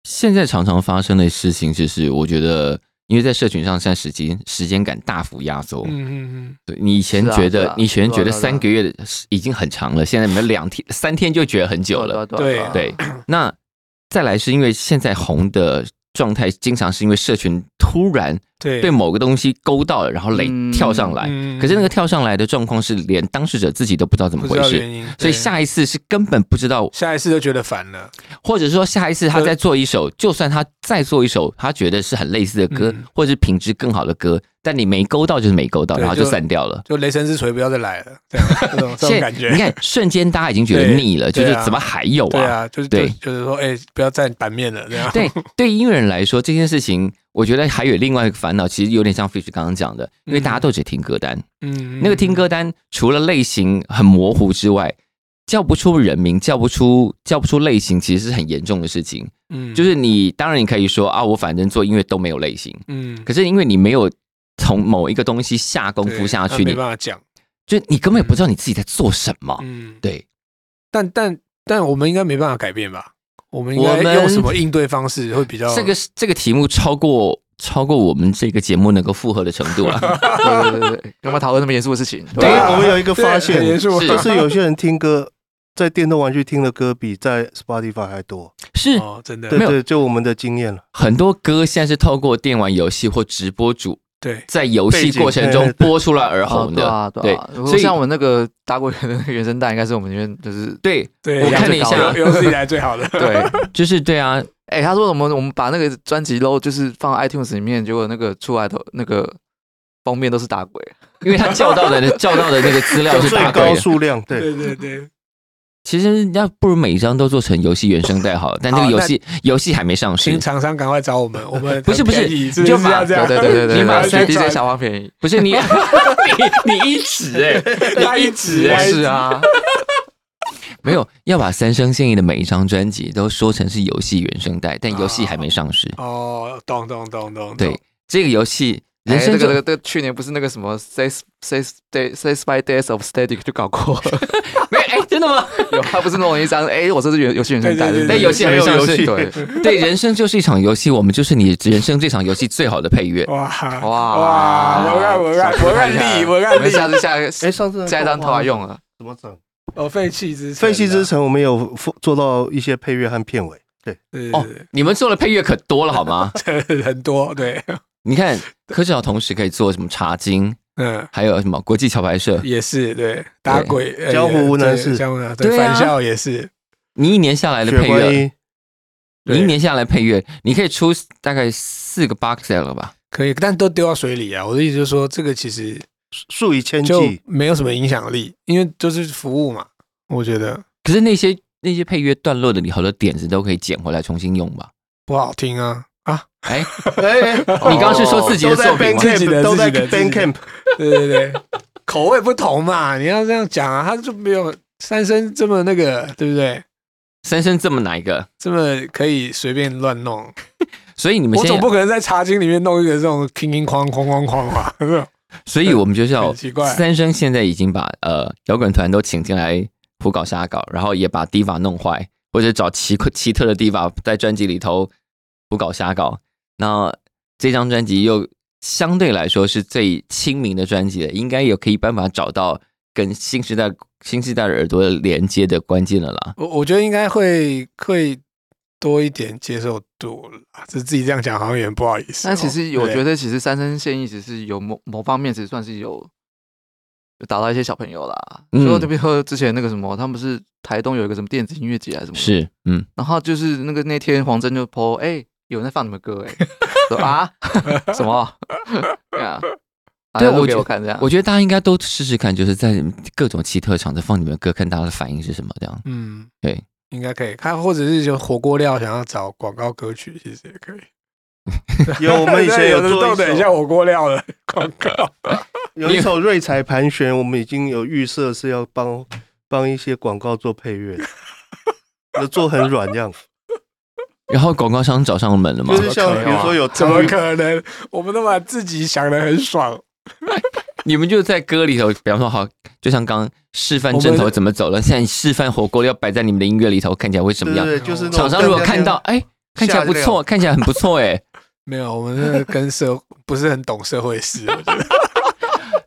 Speaker 2: 现在常常发生的事情就是，我觉得因为在社群上，现在时间时间感大幅压缩。
Speaker 3: 嗯嗯
Speaker 2: 对你以前
Speaker 5: 是啊
Speaker 2: 觉
Speaker 5: 是
Speaker 2: 得
Speaker 5: 啊，
Speaker 2: 你以前
Speaker 5: 对啊
Speaker 2: 觉得
Speaker 5: 对啊
Speaker 2: 三个月的已经很长了，现在你们两天、三天就觉得很久了。
Speaker 5: 对
Speaker 3: 对
Speaker 5: 啊啊
Speaker 2: 对，那再来是因为现在红的状态，经常是因为社群突然
Speaker 3: 对
Speaker 2: 被某个东西勾到了，然后累
Speaker 5: 嗯
Speaker 2: 跳上来。
Speaker 3: 嗯
Speaker 2: 可是那个跳上来的状况是，连当事者自己都不知道怎么
Speaker 3: 不
Speaker 2: 回
Speaker 3: 知道
Speaker 2: 事，
Speaker 3: 原因，
Speaker 2: 所
Speaker 3: 对
Speaker 2: 以下一次是根本不知道
Speaker 3: 下一次就觉得烦了，
Speaker 2: 或者说下一次他
Speaker 3: 对
Speaker 2: 再做一首，就算他再做一首，他觉得是很类似的歌，
Speaker 3: 嗯
Speaker 2: 或者是品质更好的歌，但你没勾到就是没勾到，
Speaker 3: 对
Speaker 2: 然后就
Speaker 3: 就
Speaker 2: 散掉了。
Speaker 3: 就雷神之锤不要再来了， 这样这种这种
Speaker 2: 现
Speaker 3: 感觉。
Speaker 2: 你看，瞬间大家已经觉得
Speaker 3: 对
Speaker 2: 腻了，就
Speaker 3: 对啊
Speaker 2: 是怎么还有
Speaker 3: 对
Speaker 2: 啊？
Speaker 3: 啊，就是就
Speaker 2: 对
Speaker 3: 就是说，哎，不要占版面了，这样。
Speaker 2: 对，对音乐人来说，这件事情，我觉得还有另外一个烦恼，其实有点像 Fish 刚刚讲的，因为大家都只听歌单，
Speaker 3: 嗯，嗯
Speaker 2: 那个听歌单除了类型很模糊之外，叫不出人名，叫不出叫不出类型，其实是很严重的事情。
Speaker 3: 嗯
Speaker 2: 就是你当然你可以说啊，我反正做音乐都没有类型。
Speaker 3: 嗯，
Speaker 2: 可是因为你没有从某一个东西下功夫
Speaker 3: 对啊
Speaker 2: 下
Speaker 3: 那
Speaker 2: 去，
Speaker 3: 没
Speaker 2: 你
Speaker 3: 办法讲。
Speaker 2: 就你根本也不知道你自己在做什么。
Speaker 3: 嗯，
Speaker 2: 对，
Speaker 3: 但但但我们应该没办法改变吧？我们应
Speaker 2: 我
Speaker 3: 该
Speaker 2: 们
Speaker 3: 用什么应对方式会比较
Speaker 2: 这个是这个题目超过超过我们这个节目能够负荷的程度啊了。
Speaker 5: 啊对对对对，干嘛讨论那么严肃的事情？
Speaker 2: 对
Speaker 5: 吧
Speaker 2: 啊
Speaker 4: 我们有一个
Speaker 3: 对
Speaker 4: 发
Speaker 3: 很
Speaker 4: 现
Speaker 3: 严，肃
Speaker 2: 是
Speaker 4: 就是有些人听歌在电动玩具听的歌比在 Spotify 还多。
Speaker 2: 是
Speaker 3: 哦，真的
Speaker 4: 对
Speaker 2: 没有
Speaker 4: 对，就我们的经验了。
Speaker 2: 很多歌现在是透过电玩游戏或直播主
Speaker 3: 对
Speaker 2: 在游戏
Speaker 4: 背景
Speaker 2: 过程中
Speaker 4: 对
Speaker 2: 播出来而
Speaker 5: 哦
Speaker 2: 红
Speaker 5: 对
Speaker 2: 的。
Speaker 5: 啊，对啊。如果
Speaker 2: 所以
Speaker 5: 像我那个打过的那个原声带，应该是我们里面就是
Speaker 2: 对，
Speaker 3: 对，
Speaker 2: 我看
Speaker 5: 了一下
Speaker 3: 有有史以来 最好的。
Speaker 5: 对。
Speaker 2: 就是对啊，
Speaker 5: 哎、他说我们我们把那个专辑都就是放 iTunes 里面，结果那个出来的那个封面都是打鬼，
Speaker 2: 因为他叫到的叫到的那个资料是
Speaker 4: 最
Speaker 2: 打鬼
Speaker 4: 高
Speaker 2: 的。
Speaker 4: 数量，对，
Speaker 3: 对对对，
Speaker 2: 其实要不如每一张都做成游戏原声带好了，但这个
Speaker 3: 好
Speaker 2: 游
Speaker 3: 那
Speaker 2: 戏游戏还没上市
Speaker 3: 请。厂商赶快找我们，我 们
Speaker 2: 不是不是
Speaker 3: 就
Speaker 2: 就是把
Speaker 3: 要 这样，
Speaker 5: 对对 对对，
Speaker 2: 你把
Speaker 5: 对
Speaker 2: 三
Speaker 3: 去
Speaker 5: DJ
Speaker 3: 找
Speaker 5: 小王便宜，
Speaker 2: 不是你你你一指哎、
Speaker 3: 拉一指
Speaker 2: 对
Speaker 3: 拉一
Speaker 5: 是
Speaker 3: 指
Speaker 5: 啊，
Speaker 2: 没有，要把三生现役的每一张专辑都说成是游戏原声带，但游戏还没上市。
Speaker 3: 哦，懂懂懂懂，懂
Speaker 2: 对，这个游戏
Speaker 5: 哎
Speaker 2: 人生就、
Speaker 5: 这个这个这个去年不是那个什么 Six Six Day Six by Days of Static 就搞过了，
Speaker 2: 没有哎、真的吗？
Speaker 5: 有 他不是弄了一张，哎、我这是有有些人在带
Speaker 3: 对对对，
Speaker 5: 的但
Speaker 2: 但游戏还没上市
Speaker 4: 没有游戏
Speaker 5: 对，
Speaker 2: 对，人生就是一场游戏，我们就是你人生这场游戏最好的配乐。
Speaker 3: 哇
Speaker 5: 哇
Speaker 3: 哇，文案文案文案力文
Speaker 5: 我
Speaker 3: 案
Speaker 5: 们
Speaker 3: 力，
Speaker 5: 下次下
Speaker 4: 哎，上次那个
Speaker 5: 下一张头来用了，
Speaker 4: 怎么整？
Speaker 3: 哦，废弃之
Speaker 4: 分析之
Speaker 3: 城
Speaker 4: 城，我们有附做到一些配乐和片尾，对，
Speaker 3: 啊
Speaker 2: 哦，你们做的配乐可多了好吗？
Speaker 3: 对对对很多对，
Speaker 2: 你看柯志豪同时可以做什么茶经，
Speaker 3: 嗯，
Speaker 2: 还有什么国际桥牌社。
Speaker 3: 也是对，打鬼呃
Speaker 4: 江湖无难事
Speaker 3: 对江湖无难事，
Speaker 2: 对
Speaker 3: 对，
Speaker 2: 啊
Speaker 3: 返校也是，
Speaker 2: 你一年下来的
Speaker 4: 血
Speaker 2: 配
Speaker 4: 观
Speaker 2: 乐，
Speaker 4: 音，
Speaker 2: 你一
Speaker 3: 对
Speaker 2: 年下来配乐，你可以出大概四个 box set 了吧？
Speaker 3: 可以，但都丢到水里啊。我的意思就是说，这个其实
Speaker 4: 数以千
Speaker 3: 就
Speaker 4: 计，
Speaker 3: 没有什么影响力，因为就是服务嘛。我觉得
Speaker 2: 可是那些那些配乐段落的里头的点子都可以捡回来重新用吧？
Speaker 3: 不好听啊啊！
Speaker 2: 哎，
Speaker 4: 哎，你
Speaker 2: 你刚刚是说自己的作品吗？
Speaker 3: 自己的
Speaker 4: 都在
Speaker 3: 自己的
Speaker 4: Bandcamp，
Speaker 3: 对对对， 口味不同嘛，你要这样讲啊，他就没有三生这么那个，对不对？
Speaker 2: 三生这么哪一个？
Speaker 3: 这么可以随便乱弄，
Speaker 2: 所以你们
Speaker 3: 我
Speaker 2: 现
Speaker 3: 总
Speaker 2: 在，
Speaker 3: 不可能在茶经里面弄一个这种哐哐哐哐哐哐吧？是吧
Speaker 2: 所以我们就是要
Speaker 3: 很奇怪
Speaker 2: 三生现在已经把呃摇滚团都请进来胡搞瞎搞，然后也把 diva 弄坏，或者找奇奇特的 diva 在专辑里头胡搞瞎搞。那这张专辑又相对来说是最亲民的专辑了，应该有可以办法找到跟新时代新时代的耳朵连接的关键了啦。
Speaker 3: 我我觉得应该会会多一点接受度啦，这自己这样讲好像有点不好意思哦。
Speaker 5: 但其实我
Speaker 3: 对
Speaker 5: 觉得，其实三生现役只是有某某方面，只算是有有打到一些小朋友啦。
Speaker 2: 嗯
Speaker 5: 就、嗯、比如说之前那个什么，他们不是台东有一个什么电子音乐节还是什么？。
Speaker 2: 是，嗯，
Speaker 5: 然后就是那个那天黄真就 po，哎、有人在放你们歌哎、说啊什么？对啊，
Speaker 2: 对
Speaker 5: 啊
Speaker 2: 我
Speaker 5: 给
Speaker 2: 觉
Speaker 5: 我看这样，
Speaker 2: 我觉得大家应该都试试看，就是在各种奇特场子放你们歌，看大家的反应是什么这样。
Speaker 3: 嗯，
Speaker 2: 对，
Speaker 3: 应该可以。看，或者是就火锅料想要找广告歌曲，其实也可以。
Speaker 4: 有我们以前
Speaker 3: 对有
Speaker 4: 有
Speaker 3: 的
Speaker 4: 做
Speaker 3: 都等
Speaker 4: 一
Speaker 3: 一下
Speaker 4: 首，
Speaker 3: 火锅料 的广告。
Speaker 4: 有一首《瑞彩盘旋》，我们已经有预设是要帮帮一些广告做配乐的，就做很软这样，
Speaker 2: 然后广告商找上门了吗
Speaker 4: 就？是 像
Speaker 3: 怎么可能啊
Speaker 4: 比如说有
Speaker 3: 怎么
Speaker 4: 张宇
Speaker 3: 可能？我们都把自己想的很爽，
Speaker 2: 你们就在歌里头，比方说好，就像刚刚示范针头怎么走了，现在示范火锅要摆在你们的音乐里头，看起来会什么样？
Speaker 4: 对对对就是那种
Speaker 2: 厂商如果
Speaker 4: 亮
Speaker 2: 看
Speaker 4: 亮
Speaker 2: 到，哎、看起来不
Speaker 4: 下
Speaker 2: 错，
Speaker 4: 料
Speaker 2: 看起来很不 错，哎，
Speaker 3: 没有，我们真的跟 社不是很懂社会事，我觉得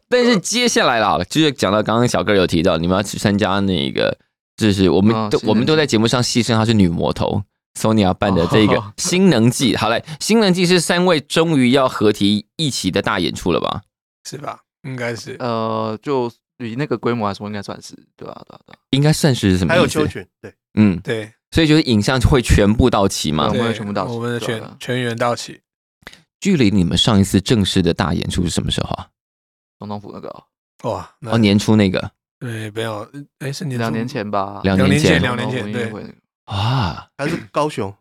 Speaker 2: 但是接下来啦，就是讲到刚刚小哥有提到，你们要去参加那个，就是我们
Speaker 5: 哦
Speaker 2: 都、
Speaker 5: 新人
Speaker 2: 我们都在节目上戏称她是女魔头 Sonia 办的这个
Speaker 5: 哦
Speaker 2: 新能记。好嘞，新能记是三位终于要合体一起的大演出了吧？
Speaker 3: 是吧？应该是
Speaker 5: 呃，就以那个规模来说，应该算是对啊，对啊，对啊，
Speaker 2: 应该算是什么
Speaker 4: 还
Speaker 2: 意思？
Speaker 4: 有秋群，对，
Speaker 2: 嗯，
Speaker 3: 对，
Speaker 2: 所以就是影像会全部到齐
Speaker 4: 哦
Speaker 2: 嘛
Speaker 5: 对。我们
Speaker 3: 对
Speaker 5: 全部到齐
Speaker 3: 我们的
Speaker 5: 对啊
Speaker 3: 全全员到齐，
Speaker 2: 距离你们上一次正式的大演出是什么时候啊？
Speaker 5: 总统府那个哦
Speaker 3: 哇，那
Speaker 2: 哦，年初那个
Speaker 3: 呃对没有，哎，是年初
Speaker 5: 两年前吧，
Speaker 2: 两
Speaker 3: 两
Speaker 2: 年
Speaker 3: 年
Speaker 2: 前
Speaker 3: 前，两
Speaker 5: 总统
Speaker 3: 年
Speaker 5: 府
Speaker 3: 前
Speaker 5: 音乐
Speaker 3: 对，
Speaker 5: 会那个
Speaker 2: 啊，
Speaker 4: 还是高雄，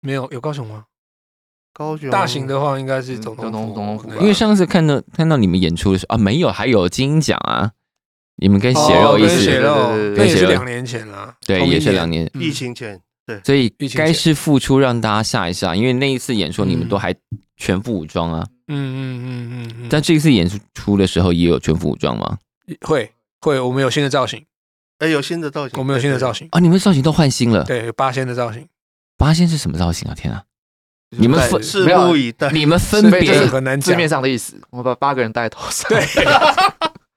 Speaker 3: 没有有高雄吗？
Speaker 4: 高雄
Speaker 3: 大型的话应该是
Speaker 5: 嗯
Speaker 3: 总
Speaker 5: 总
Speaker 3: 统
Speaker 5: 统总统府
Speaker 3: 府，
Speaker 5: 吧
Speaker 2: 因为上次看到看到你们演出的时候啊，没有，还有金鹰奖啊，你们跟
Speaker 3: 哦
Speaker 2: 血肉
Speaker 3: 跟
Speaker 2: 一
Speaker 5: 起
Speaker 2: 起
Speaker 3: 血肉
Speaker 5: 对对对
Speaker 3: 那也
Speaker 5: 对
Speaker 2: 跟血
Speaker 3: 是
Speaker 2: 肉
Speaker 3: 两年前啦，
Speaker 2: 对，
Speaker 3: 同一
Speaker 2: 也是两年。
Speaker 3: 嗯
Speaker 4: 疫情前，对，
Speaker 2: 所以
Speaker 3: 疫情
Speaker 2: 该
Speaker 3: 前
Speaker 2: 是付出让大家吓一吓，因为那一次演出你们
Speaker 3: 嗯
Speaker 2: 都还全副武装啊，
Speaker 3: 嗯嗯嗯嗯嗯，
Speaker 2: 但这一次演出的时候也有全副武装吗？
Speaker 3: 会会，我们有新的造型，
Speaker 4: 哎，有新的造型，
Speaker 3: 我们有
Speaker 4: 对
Speaker 3: 新的
Speaker 4: 对
Speaker 3: 造型，
Speaker 2: 啊，你们造型都换新了，
Speaker 3: 对，有八仙的造型，
Speaker 2: 八仙是什么造型啊？天啊，
Speaker 5: 就是
Speaker 2: 你们
Speaker 5: 戴
Speaker 2: 分
Speaker 4: 拭
Speaker 5: 没有
Speaker 4: 目以待。
Speaker 2: 你们分
Speaker 5: 没
Speaker 2: 别
Speaker 5: 有
Speaker 3: 这很难
Speaker 5: 字
Speaker 3: 讲，
Speaker 5: 面上的意思，我把八个人戴在头上，
Speaker 3: 对，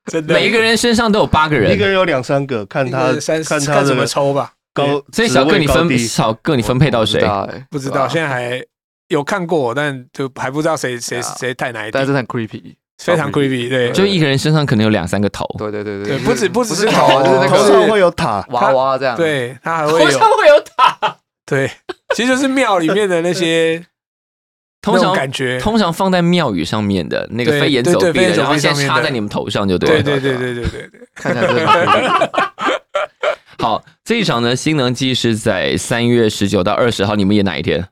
Speaker 3: 真的
Speaker 2: 每一个人身上都有八个
Speaker 4: 一个
Speaker 2: 人，
Speaker 4: 人有两三个，看
Speaker 3: 一
Speaker 4: 他
Speaker 3: 个三
Speaker 4: 看他
Speaker 3: 看怎么
Speaker 4: 的
Speaker 3: 抽吧，
Speaker 4: 高，
Speaker 2: 所以小
Speaker 4: 个
Speaker 2: 哥你分小哥你分配到谁？
Speaker 3: 不知道，现
Speaker 5: 在
Speaker 3: 在还有看过，但就还不知道谁谁
Speaker 5: 对啊
Speaker 3: 谁太哪一
Speaker 5: 但
Speaker 3: 点
Speaker 5: 是，很 creepy，
Speaker 3: 非常 creepy，对，
Speaker 2: 就一个人身上可能有两三个头，
Speaker 5: 对对对
Speaker 3: 对，
Speaker 5: 对，
Speaker 3: 不止不只
Speaker 5: 只
Speaker 3: 是
Speaker 5: 头
Speaker 3: 头，
Speaker 5: 啊，就是那
Speaker 4: 哦头
Speaker 5: 个
Speaker 4: 上会有塔，
Speaker 5: 娃娃这样，，
Speaker 3: 对，他还会
Speaker 2: 头
Speaker 3: 有
Speaker 2: 上，会有塔。
Speaker 3: 对，其实就是庙里面的那些
Speaker 2: 通
Speaker 3: 那种
Speaker 2: 常
Speaker 3: 感觉，
Speaker 2: 通常放在庙宇上面的那个
Speaker 3: 对
Speaker 2: 飞檐
Speaker 3: 对
Speaker 2: 走壁
Speaker 3: 对飞
Speaker 2: 的，
Speaker 3: 檐走
Speaker 2: 然后
Speaker 3: 壁
Speaker 2: 现
Speaker 3: 上
Speaker 2: 在
Speaker 3: 面
Speaker 2: 插
Speaker 3: 的
Speaker 2: 在你们头上就对
Speaker 3: 对
Speaker 2: 了。
Speaker 3: 对对对对对对，
Speaker 5: 看起来真的很 creepy
Speaker 2: 好，这一场呢，新能记是在三月十九到二十号，你们演哪一天？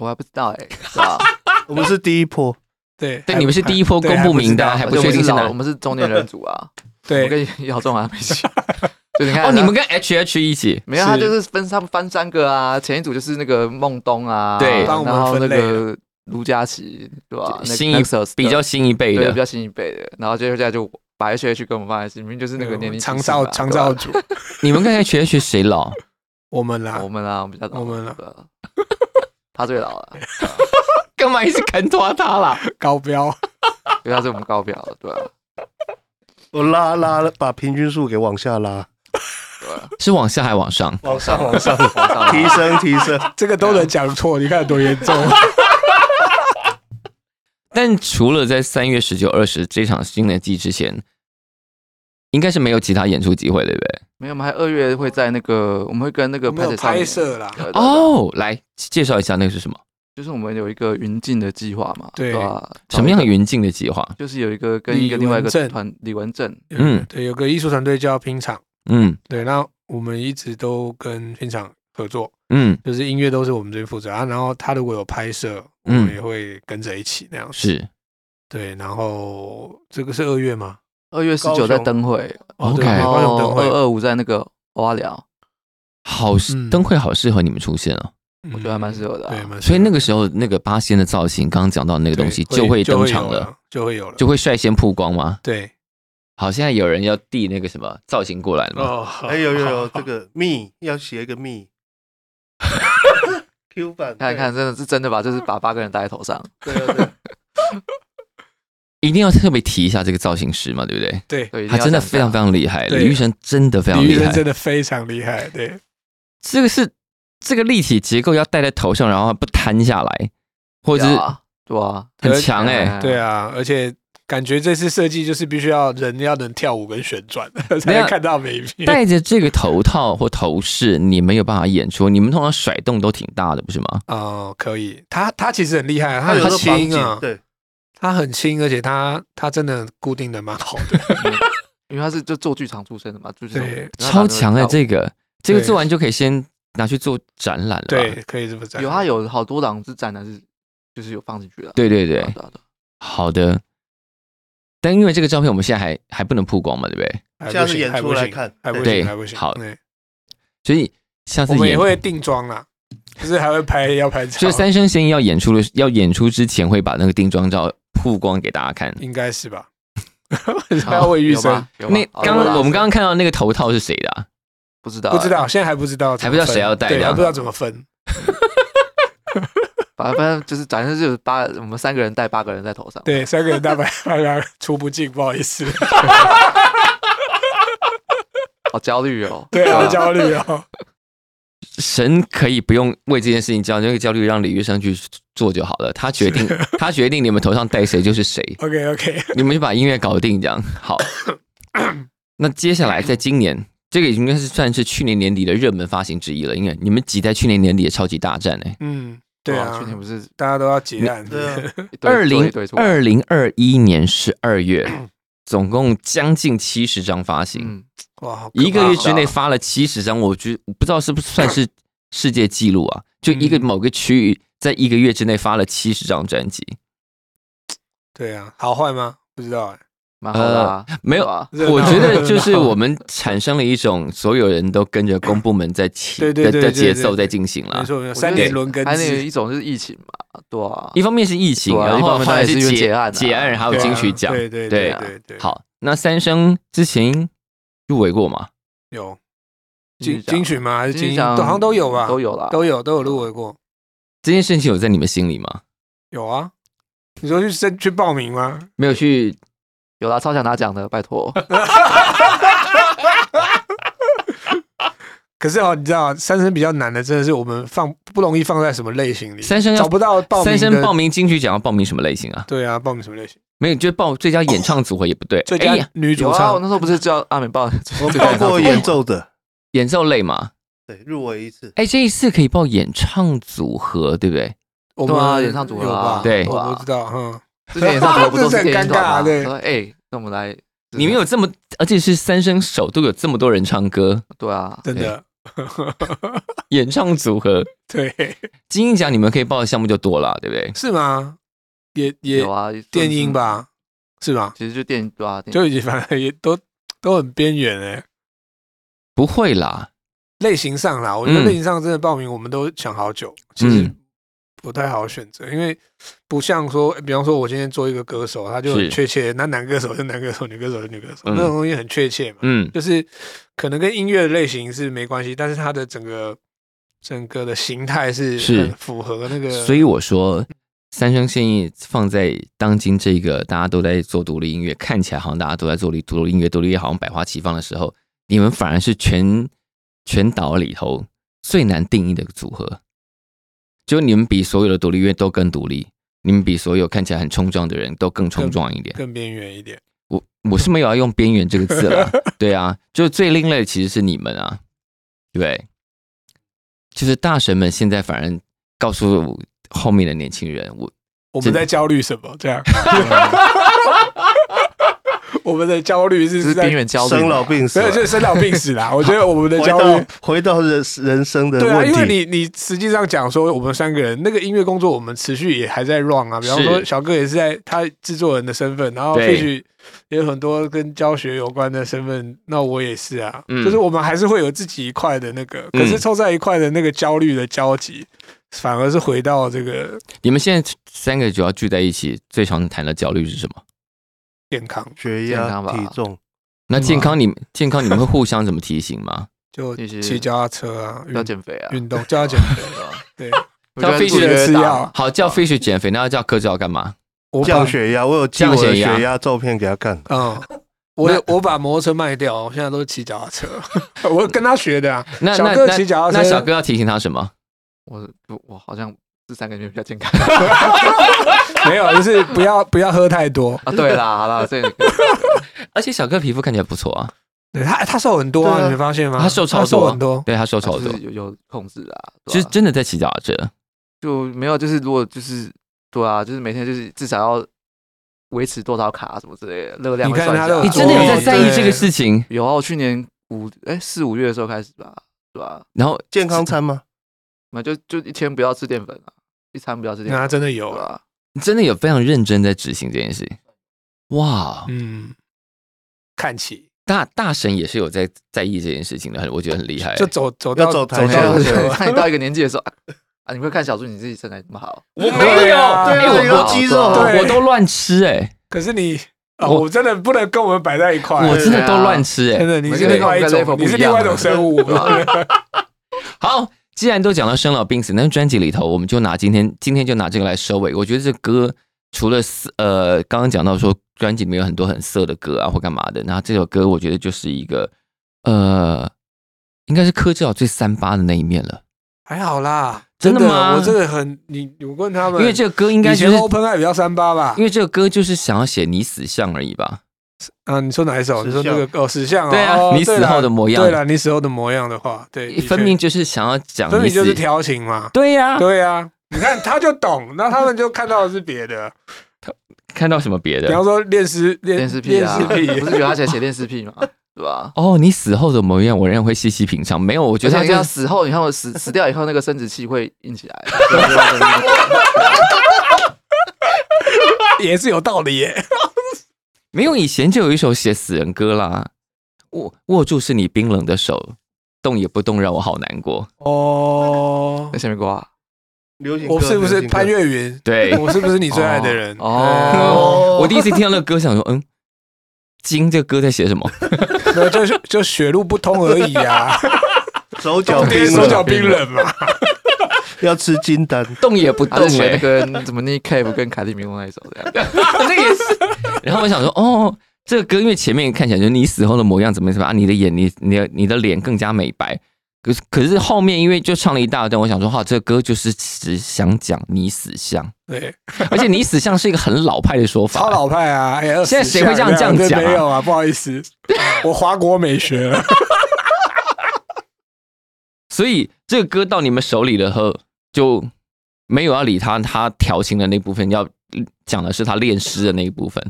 Speaker 5: 我还不知道哎，是 吧？
Speaker 4: 我们是第一波，
Speaker 3: 对，
Speaker 2: 对，你们是第一波
Speaker 3: 对
Speaker 2: 公布名啊单，还
Speaker 3: 还
Speaker 5: 而
Speaker 2: 不
Speaker 5: 且我
Speaker 2: 确
Speaker 5: 们
Speaker 2: 定
Speaker 5: 是
Speaker 2: 是
Speaker 5: 老
Speaker 2: 哪
Speaker 5: 我。们是中年人组啊，我
Speaker 3: 对，
Speaker 5: 跟姚仲安 一起，
Speaker 3: 哎
Speaker 5: 就你看
Speaker 2: 哦，你们跟 H H 一起，
Speaker 5: 没有，啊他
Speaker 3: 是
Speaker 5: 就是分他们翻三个啊，前一组就是那个孟东啊，
Speaker 2: 对
Speaker 5: 然
Speaker 3: 帮我们
Speaker 5: 后那
Speaker 3: 分类
Speaker 5: 个卢佳琪，对吧？
Speaker 2: 新一
Speaker 5: 那个 Nexus 的
Speaker 2: 比较新一辈
Speaker 5: 对比
Speaker 2: 的。
Speaker 5: 较新一辈的，然后接下来就把 H H 跟我们放在一起，明明就是那个年龄
Speaker 3: 长
Speaker 5: 歧视嘛
Speaker 3: 照
Speaker 5: 对吧
Speaker 3: 长照组，
Speaker 2: 你们跟 H H 谁 老？
Speaker 3: 我们啦
Speaker 5: 我，
Speaker 2: 哦
Speaker 5: 们啊，我们比较老，
Speaker 3: 我们啊
Speaker 5: 对啊， 他最老了，
Speaker 2: 干嘛一直砍拖他啦？
Speaker 3: 高标，
Speaker 5: 因为他是我们高表的，对啊，
Speaker 4: 我拉拉了，把平均数给往下拉，
Speaker 5: 对啊，
Speaker 2: 是往下还往上？
Speaker 4: 往上往上
Speaker 5: 往上啊
Speaker 4: 提升提升，
Speaker 3: 这个都能讲错，你看多严重，啊
Speaker 2: 但除了在三月十九、二十这场新的季之前，应该是没有其他演出机会，对不对？
Speaker 5: 没有，我们还二月会在那个，我们会跟那个
Speaker 3: 我们有
Speaker 5: 摄少年
Speaker 3: 拍摄啦
Speaker 5: 对对对
Speaker 2: 哦，来介绍一下那个是什么？
Speaker 5: 就是我们有一个云进的计划嘛，
Speaker 3: 对
Speaker 5: 吧？
Speaker 2: 什么样的云境的计划？
Speaker 5: 就是有一个跟
Speaker 3: 李
Speaker 5: 一个另外一个
Speaker 3: 文正
Speaker 5: 团李文正，
Speaker 2: 嗯
Speaker 3: 对，有个艺术团队叫拼场，
Speaker 2: 嗯
Speaker 3: 对，那我们一直都跟拼场合作，
Speaker 2: 嗯，
Speaker 3: 就是音乐都是我们这边负责啊，然后他如果有拍摄，我
Speaker 2: 嗯
Speaker 3: 们也会跟着一起那样子，
Speaker 2: 是
Speaker 3: 对，然后这个是二月吗？
Speaker 5: 二月十
Speaker 4: 高
Speaker 5: 九
Speaker 4: 雄
Speaker 5: 在灯会，
Speaker 3: 哦
Speaker 2: OK
Speaker 3: 对
Speaker 5: 然
Speaker 3: 高雄
Speaker 5: 后
Speaker 3: 灯会
Speaker 5: 二二五在那个瓦寮，
Speaker 2: 好
Speaker 3: 嗯
Speaker 2: 灯会好适合你们出现哦。
Speaker 3: 我
Speaker 5: 我觉得还蛮适合的啊
Speaker 3: 嗯对，蛮适合
Speaker 2: 所以那个时候那个八仙的造型，刚刚讲到那个东西
Speaker 3: 对
Speaker 2: 就会
Speaker 3: 会
Speaker 2: 登场
Speaker 3: 有
Speaker 2: 了，，
Speaker 3: 就会有了，
Speaker 2: 就会率先曝光吗？
Speaker 3: 对
Speaker 2: 好，现在有人要递那个什么造型过来了吗？
Speaker 3: 哦，
Speaker 4: 哎有有有，
Speaker 3: 好
Speaker 4: 这个密要写一个密，Q 版
Speaker 5: 看一看，真的是真的吧？就是把八个人戴在头上，
Speaker 4: 对对对，
Speaker 2: 一定要特别提一下这个造型师嘛，对不对？
Speaker 3: 对，
Speaker 5: 对，一定
Speaker 2: 他
Speaker 5: 要
Speaker 2: 真的
Speaker 5: 讲一下
Speaker 2: 非常非常厉害，
Speaker 3: 对
Speaker 2: 李玉成真的非常
Speaker 3: 李玉
Speaker 2: 厉
Speaker 3: 珍
Speaker 2: 害
Speaker 3: 真。的非常厉害， 对，
Speaker 2: 这个是这个立体结构要戴在头上，然后不摊下来，或者
Speaker 5: 对
Speaker 2: 是
Speaker 5: 啊对啊，
Speaker 2: 很强哎。
Speaker 3: 对啊，而且感觉这次设计就是必须要人要能跳舞跟旋转， 才能看到每片。
Speaker 2: 戴着这个头套或头饰，你没有办法演出。你们通常甩动都挺大的，不是吗？
Speaker 3: 哦，可以，他他其实很厉害，他
Speaker 4: 他有
Speaker 3: 很
Speaker 4: 个绑
Speaker 3: 轻
Speaker 4: 紧，
Speaker 3: 啊，
Speaker 4: 对，
Speaker 3: 他很轻，而且他他真的固定的蛮好 的，
Speaker 5: 因为他是就做剧场出身的嘛，就是
Speaker 3: 啊对
Speaker 2: 超强哎，
Speaker 5: 哎，
Speaker 2: 这个这个
Speaker 3: 对
Speaker 2: 做完就可以先拿去做展览了吧。
Speaker 3: 对，可以这么讲。
Speaker 5: 有
Speaker 4: 啊
Speaker 5: 他有好多档是展览是就是有放进去的，
Speaker 2: 对对
Speaker 5: 对
Speaker 2: 对
Speaker 5: 啊，对啊对啊
Speaker 2: 好的。但因为这个照片我们现在还还不能曝光嘛，对不对？
Speaker 3: 还不
Speaker 4: 下次
Speaker 3: 行
Speaker 4: 演
Speaker 3: 还
Speaker 4: 出
Speaker 3: 不
Speaker 4: 来
Speaker 3: 行
Speaker 4: 看
Speaker 3: 还不
Speaker 2: 对
Speaker 3: 行，还不行。
Speaker 2: 好
Speaker 3: 对
Speaker 2: 所以下次
Speaker 3: 我们也
Speaker 2: 演，
Speaker 3: 会定妆啦，就是还会拍要拍照，
Speaker 2: 就是三生仙要演出的要演出之前会把那个定妆照曝光给大家看。
Speaker 3: 应该是吧？ 还要卫浴
Speaker 5: 有
Speaker 3: 生
Speaker 5: 吗？，哦有吗
Speaker 2: 那
Speaker 5: 好
Speaker 2: 刚
Speaker 5: 我
Speaker 2: 刚
Speaker 5: 拉
Speaker 2: 我们
Speaker 5: 屎
Speaker 2: 刚刚看到那个头套是谁的啊？
Speaker 5: 不知道，
Speaker 3: 不知，道，现在还不知道怎
Speaker 2: 还
Speaker 3: 么分，
Speaker 2: 不知道谁要戴
Speaker 3: 对，
Speaker 2: 这
Speaker 3: 还
Speaker 2: 样
Speaker 3: 不知道怎么分。
Speaker 5: 反正反正就是，反正就是八，我们三个人戴八个人在头上，
Speaker 3: 对，三个人大白 大家出不进，不好意思，
Speaker 5: 好焦虑哦。
Speaker 3: 对，
Speaker 2: 啊
Speaker 3: 好焦虑哦。
Speaker 2: 神可以不用为这件事情焦虑，那个焦虑让李玉生去做就好了。他决 定，他决定你们头上戴谁就是谁，
Speaker 3: OK OK，
Speaker 2: 你们就把音乐搞定，这样 好。那接下来在今年，这个应该是算是去年年底的热门发行之一了，因为你们挤在去年年底的超级大战哎、
Speaker 3: 嗯，对
Speaker 5: 哇
Speaker 3: 啊
Speaker 5: 去，年不是
Speaker 3: 大家都要结案，
Speaker 4: 对 啊，
Speaker 5: 一堆
Speaker 2: 二零
Speaker 5: 对出来，
Speaker 2: 二零二一年十二月，总共将近七十张发行，
Speaker 5: 嗯，
Speaker 3: 哇，好可怕
Speaker 2: 一个月之内
Speaker 5: 哦
Speaker 2: 发了七十张，我觉不知道是不是算是世界纪录啊？就一个
Speaker 3: 嗯
Speaker 2: 某个区域在一个月之内发了七十张专辑，
Speaker 3: 对啊，好坏吗？不知道哎，
Speaker 5: 蛮好的啊，
Speaker 2: 呃没有
Speaker 5: 对吧？
Speaker 3: 热闹
Speaker 2: 我觉得就是我们产生了一种所有人都跟着公部门在起
Speaker 3: 对对
Speaker 2: 的
Speaker 3: 对
Speaker 2: 的
Speaker 3: 对对
Speaker 2: 节奏在进行
Speaker 3: 没
Speaker 2: 了。
Speaker 3: 错没
Speaker 5: 我
Speaker 3: 错，
Speaker 5: 觉得
Speaker 3: 三年轮更
Speaker 5: 还有
Speaker 3: 制，
Speaker 5: 一种就是疫情嘛，对啊，
Speaker 2: 一方面是疫情，
Speaker 5: 对啊
Speaker 2: 然
Speaker 5: 一
Speaker 2: 后
Speaker 5: 方面
Speaker 2: 后来
Speaker 5: 它也是因为
Speaker 2: 结
Speaker 5: 结案啊
Speaker 2: 结案，还有
Speaker 3: 对啊
Speaker 2: 金曲奖。
Speaker 3: 对对
Speaker 2: 对
Speaker 3: 对
Speaker 2: 啊
Speaker 3: 对对，
Speaker 2: 好，那三生之前入围过吗？
Speaker 3: 有金
Speaker 5: 金曲奖
Speaker 3: 金曲吗？还是
Speaker 5: 金
Speaker 3: 金
Speaker 5: 曲奖
Speaker 3: 都好像都有吧？
Speaker 5: 都有啦，
Speaker 3: 都有都有入围过，
Speaker 2: 这件事情有在你们心里吗？
Speaker 3: 有啊。你说去申去报名吗？
Speaker 2: 没有去
Speaker 5: 有啦，超想拿奖的，拜托，
Speaker 3: 可是哦，你知道三生比较难的，真的是我们放不容易放在什么类型里。
Speaker 2: 三生要
Speaker 3: 找不到报名
Speaker 2: 三
Speaker 3: 的
Speaker 2: 生报名金曲奖要报名什么类型啊？
Speaker 3: 对啊，报名什么类型？
Speaker 2: 没有，就报最佳演唱组合也不对，
Speaker 3: 最
Speaker 2: 哎
Speaker 3: 佳
Speaker 2: 呀
Speaker 3: 女
Speaker 5: 有
Speaker 3: 主
Speaker 5: 啊，我
Speaker 3: 唱
Speaker 5: 那时候不是叫阿美报，
Speaker 4: 我
Speaker 5: 最
Speaker 4: 报
Speaker 5: 佳
Speaker 4: 过
Speaker 5: 组合
Speaker 4: 演奏的，
Speaker 2: 演奏类嘛。
Speaker 4: 对，入围一次。
Speaker 2: 哎，这一次可以报演唱组合，对不对？
Speaker 3: 我
Speaker 5: 对啊
Speaker 3: 们
Speaker 5: 演唱组合啊
Speaker 3: 有吧？
Speaker 2: 对
Speaker 3: 我不知道，嗯，
Speaker 5: 之前演唱会不都是
Speaker 3: 这很
Speaker 5: 电音团
Speaker 3: 尴尬
Speaker 5: 吗？
Speaker 3: 对
Speaker 5: 说哎，那我们来，
Speaker 2: 你们有这么，而且是三生首度有这么多人唱 歌，
Speaker 5: 对啊，
Speaker 3: 真 的，
Speaker 2: 演唱组合
Speaker 3: 对，
Speaker 2: 金鹰奖你们可以报的项目就多了，对不对？
Speaker 3: 是吗？也也
Speaker 5: 有啊，
Speaker 3: 电音，吧，是吧？
Speaker 5: 其实就电对啊，电
Speaker 3: 就已经反正也都都很边缘哎。
Speaker 2: 不会啦，
Speaker 3: 类型上啦，我觉得
Speaker 2: 嗯
Speaker 3: 类型上真的报名我们都想好久，其实
Speaker 2: 嗯
Speaker 3: 不太好选择，因为不像说，比方说我今天做一个歌手，他就很
Speaker 2: 是
Speaker 3: 确切，那男歌手是男歌手，女歌手是女歌手，
Speaker 2: 嗯
Speaker 3: 那种东西很确切嘛，
Speaker 2: 嗯，
Speaker 3: 就是可能跟音乐的类型是没关系，但是它的整个整个的形态是
Speaker 2: 是
Speaker 3: 很符合那个，
Speaker 2: 所以我说。三生现役放在当今这个大家都在做独立音乐，看起来好像大家都在做独立独立音乐，独立音乐好像百花齐放的时候，你们反而是全全岛里头最难定义的组合。就你们比所有的独立音乐都更独立，你们比所有看起来很冲撞的人都更冲撞一点。
Speaker 3: 更边缘一点。
Speaker 2: 我我是没有要用“边缘”这个字 了，对啊，就最另类的其实是你们啊，对，就是大神们现在反而告诉后面的年轻人，我
Speaker 3: 我
Speaker 2: 真
Speaker 3: 们
Speaker 2: 的
Speaker 3: 在焦虑什么？这样，我们的焦虑是
Speaker 5: 就是
Speaker 3: 在
Speaker 5: 边缘焦虑嘛，
Speaker 4: 生老病死
Speaker 3: 没
Speaker 4: 了，
Speaker 3: 有，就是生老病死啦。我觉得我们的
Speaker 4: 回
Speaker 3: 焦虑
Speaker 4: 啊到回到人人生的
Speaker 3: 对啊，
Speaker 4: 问
Speaker 3: 因为
Speaker 4: 题。
Speaker 3: 你你实际上讲说，我们三个人那个音乐工作，我们持续也还在 run 啊。比方说，
Speaker 2: 是
Speaker 3: 小哥也是在他制作人的身份，然后
Speaker 2: 对
Speaker 3: Fish 也有很多跟教学有关的身份，那我也是啊。
Speaker 2: 嗯
Speaker 3: 就是我们还是会有自己一块的那个，
Speaker 2: 嗯
Speaker 3: 可是凑在一块的那个焦虑的交集，反而是回到这个
Speaker 2: 你们现在三个主要聚在一起，最常谈的焦虑是什么？
Speaker 3: 健康，
Speaker 4: 血
Speaker 5: 健
Speaker 4: 压、
Speaker 5: 康吧
Speaker 4: 体重，
Speaker 2: 那健康你，健康你们会互相怎么提醒 吗？
Speaker 3: 就
Speaker 5: 谢谢
Speaker 3: 骑脚踏车啊，
Speaker 5: 要
Speaker 3: 运
Speaker 5: 减肥啊，
Speaker 3: 运动，叫他减肥。对，
Speaker 5: 我觉 得
Speaker 2: 必须
Speaker 5: 肚子越来越
Speaker 3: 吃
Speaker 5: 大
Speaker 3: 药
Speaker 5: 嘛
Speaker 2: 好，叫 Fish 减肥，那要叫柯志要干嘛？
Speaker 3: 我把
Speaker 4: 降血压，我有寄
Speaker 2: 降
Speaker 4: 我的
Speaker 2: 血压
Speaker 4: 血压照片给他看。
Speaker 3: 嗯。我有我把摩托车卖掉，我现在都是骑脚踏车， 我跟他学的啊。
Speaker 2: 那
Speaker 3: 小
Speaker 2: 那
Speaker 3: 哥
Speaker 2: 那
Speaker 3: 骑脚踏车
Speaker 2: 那小哥要提醒他什么？
Speaker 5: 我我我好像这三个月比较健康
Speaker 3: 没有，就是不要不要喝太多。
Speaker 5: 啊，对啦，好啦，这个
Speaker 2: 而且小哥皮肤看起来不错啊，
Speaker 3: 对他他瘦很多啊，
Speaker 4: 对啊
Speaker 3: 你没发现吗？
Speaker 2: 他瘦超多啊
Speaker 3: 很多。
Speaker 2: 对他瘦超
Speaker 5: 就
Speaker 2: 多
Speaker 5: 是，有有控制啊，对
Speaker 2: 就是
Speaker 5: 吧
Speaker 2: 真的在骑脚踏车。
Speaker 5: 就没有，就是如果就是对啊，就是每天就是至少要维持多少卡什么之类的，热量
Speaker 3: 你
Speaker 5: 会
Speaker 3: 看
Speaker 5: 算一
Speaker 3: 他
Speaker 5: 下
Speaker 3: 的
Speaker 2: 你真的有在在意这个
Speaker 3: 对
Speaker 2: 事情？
Speaker 5: 有啊，我去年五哎四五月的时候开始吧，对吧？
Speaker 2: 然后
Speaker 4: 健康餐吗？
Speaker 5: 那就就一天不要吃淀粉啊，一餐不要吃淀
Speaker 3: 那他
Speaker 5: 粉，
Speaker 3: 真的有
Speaker 5: 对
Speaker 3: 啊，
Speaker 5: 吧？
Speaker 2: 真的有非常认真在执行这件事。哇，
Speaker 3: 嗯，看齐
Speaker 2: 大大神也是有在在意这件事情的，很我觉得很厉害。欸
Speaker 3: 就走走到
Speaker 4: 要走台
Speaker 3: 走
Speaker 4: 阶
Speaker 3: 到
Speaker 4: 对
Speaker 5: 对，看你到一个年纪的时候啊啊，你会看小猪你自己身材那么好，
Speaker 2: 我
Speaker 3: 没有对啊
Speaker 2: 哎
Speaker 4: 对啊
Speaker 2: 我
Speaker 4: 有肌肉
Speaker 5: 对
Speaker 2: 我我都乱吃哎、
Speaker 3: 可是你啊，我真的不能跟我们摆在一块，
Speaker 2: 我真的都乱吃哎、
Speaker 3: 啊真的你是
Speaker 5: 每个人
Speaker 3: 另外一
Speaker 5: 跟我们
Speaker 3: 种，
Speaker 5: level
Speaker 3: 你是
Speaker 5: 不一样
Speaker 2: 啊
Speaker 3: 另外一种 生物。
Speaker 2: 好，既然都讲到生老病死，那专辑里头我们就拿今天今天就拿这个来收尾。我觉得这歌除了色呃刚刚讲到说专辑里面有很多很色的歌啊或干嘛的，那这首歌我觉得就是一个呃应该是柯志豪最三八的那一面了，
Speaker 3: 还好啦，
Speaker 2: 真
Speaker 3: 真
Speaker 2: 的吗
Speaker 3: 我这个很你，我问他们，
Speaker 2: 因为这个歌应该
Speaker 3: 以
Speaker 2: 就
Speaker 3: 前
Speaker 2: 是
Speaker 3: Open Eye 比较三八吧
Speaker 2: 因？为这个歌就是想要写你死相而已吧。
Speaker 3: 啊，你说哪一首？你说那个哦，死相哦
Speaker 2: 对啊
Speaker 3: 哦
Speaker 2: 你死
Speaker 3: 对啦
Speaker 2: 后的模样
Speaker 3: 对了，你死后的模样的话，对，的确
Speaker 2: 分明就是想要讲
Speaker 3: 分
Speaker 2: 你
Speaker 3: 明
Speaker 2: 死，
Speaker 3: 就是调情嘛。
Speaker 2: 对呀、
Speaker 3: 对啊，你看他就懂，那他们就看到的是别的，
Speaker 2: 看到什么别
Speaker 3: 比
Speaker 2: 的
Speaker 3: 方？说恋尸恋
Speaker 5: 恋尸癖啊，不
Speaker 3: 恋尸
Speaker 5: 是
Speaker 3: 癖
Speaker 5: 给他写写恋尸癖嘛，对吧？
Speaker 2: 哦，你死后的模样，我仍然会细细品尝。没有，我觉
Speaker 5: 就
Speaker 2: 得他
Speaker 5: 像
Speaker 2: 就
Speaker 5: 要
Speaker 2: 是
Speaker 5: 死后，你看我 死死掉以后，那个生殖器会硬起来。对对对对
Speaker 3: 也是有道理耶。
Speaker 2: 没有以前就有一首写死人歌啦，握握住是你冰冷的手，动也不动，让我好难过。
Speaker 3: 哦
Speaker 5: 那，前面瓜
Speaker 4: 流行歌
Speaker 3: 我是不是
Speaker 4: 流行歌
Speaker 3: 潘越云？
Speaker 2: 对，
Speaker 3: 我是不是你最爱的人？
Speaker 5: 哦，
Speaker 2: 我第一次听到那个歌，想说，嗯，金这个歌在写什么？
Speaker 3: 对没有，就是就血路不通而已 啊，
Speaker 4: 手脚
Speaker 3: 冬
Speaker 4: 冰
Speaker 3: 天
Speaker 4: 冷
Speaker 3: 手脚冰啊冷嘛。
Speaker 4: 要吃金丹，
Speaker 3: 嗯
Speaker 2: 动也不动、
Speaker 5: 他是写
Speaker 2: 欸，
Speaker 5: 那个怎么 Nick Cave 跟凯蒂米诺那一首 这样。
Speaker 2: 这个也是。然后我想说，哦，这个歌因为前面看起来就是你死后的模样怎么怎么样啊，你的眼，你你的你的脸更加美白。可是可是后面因为就唱了一大段，我想说，哈，这个歌就是只想讲你死相，
Speaker 3: 对，
Speaker 2: 而且你死相是一个很老派的说法，
Speaker 3: 超老派啊！哎
Speaker 2: 现在谁会这样
Speaker 3: 24
Speaker 2: 这样讲啊
Speaker 3: 对没有啊，不好意 思，我华国美学了。
Speaker 2: 所以这个歌到你们手里了后，就没有要理他他调情的那部分，要讲的是他练诗的那一部分。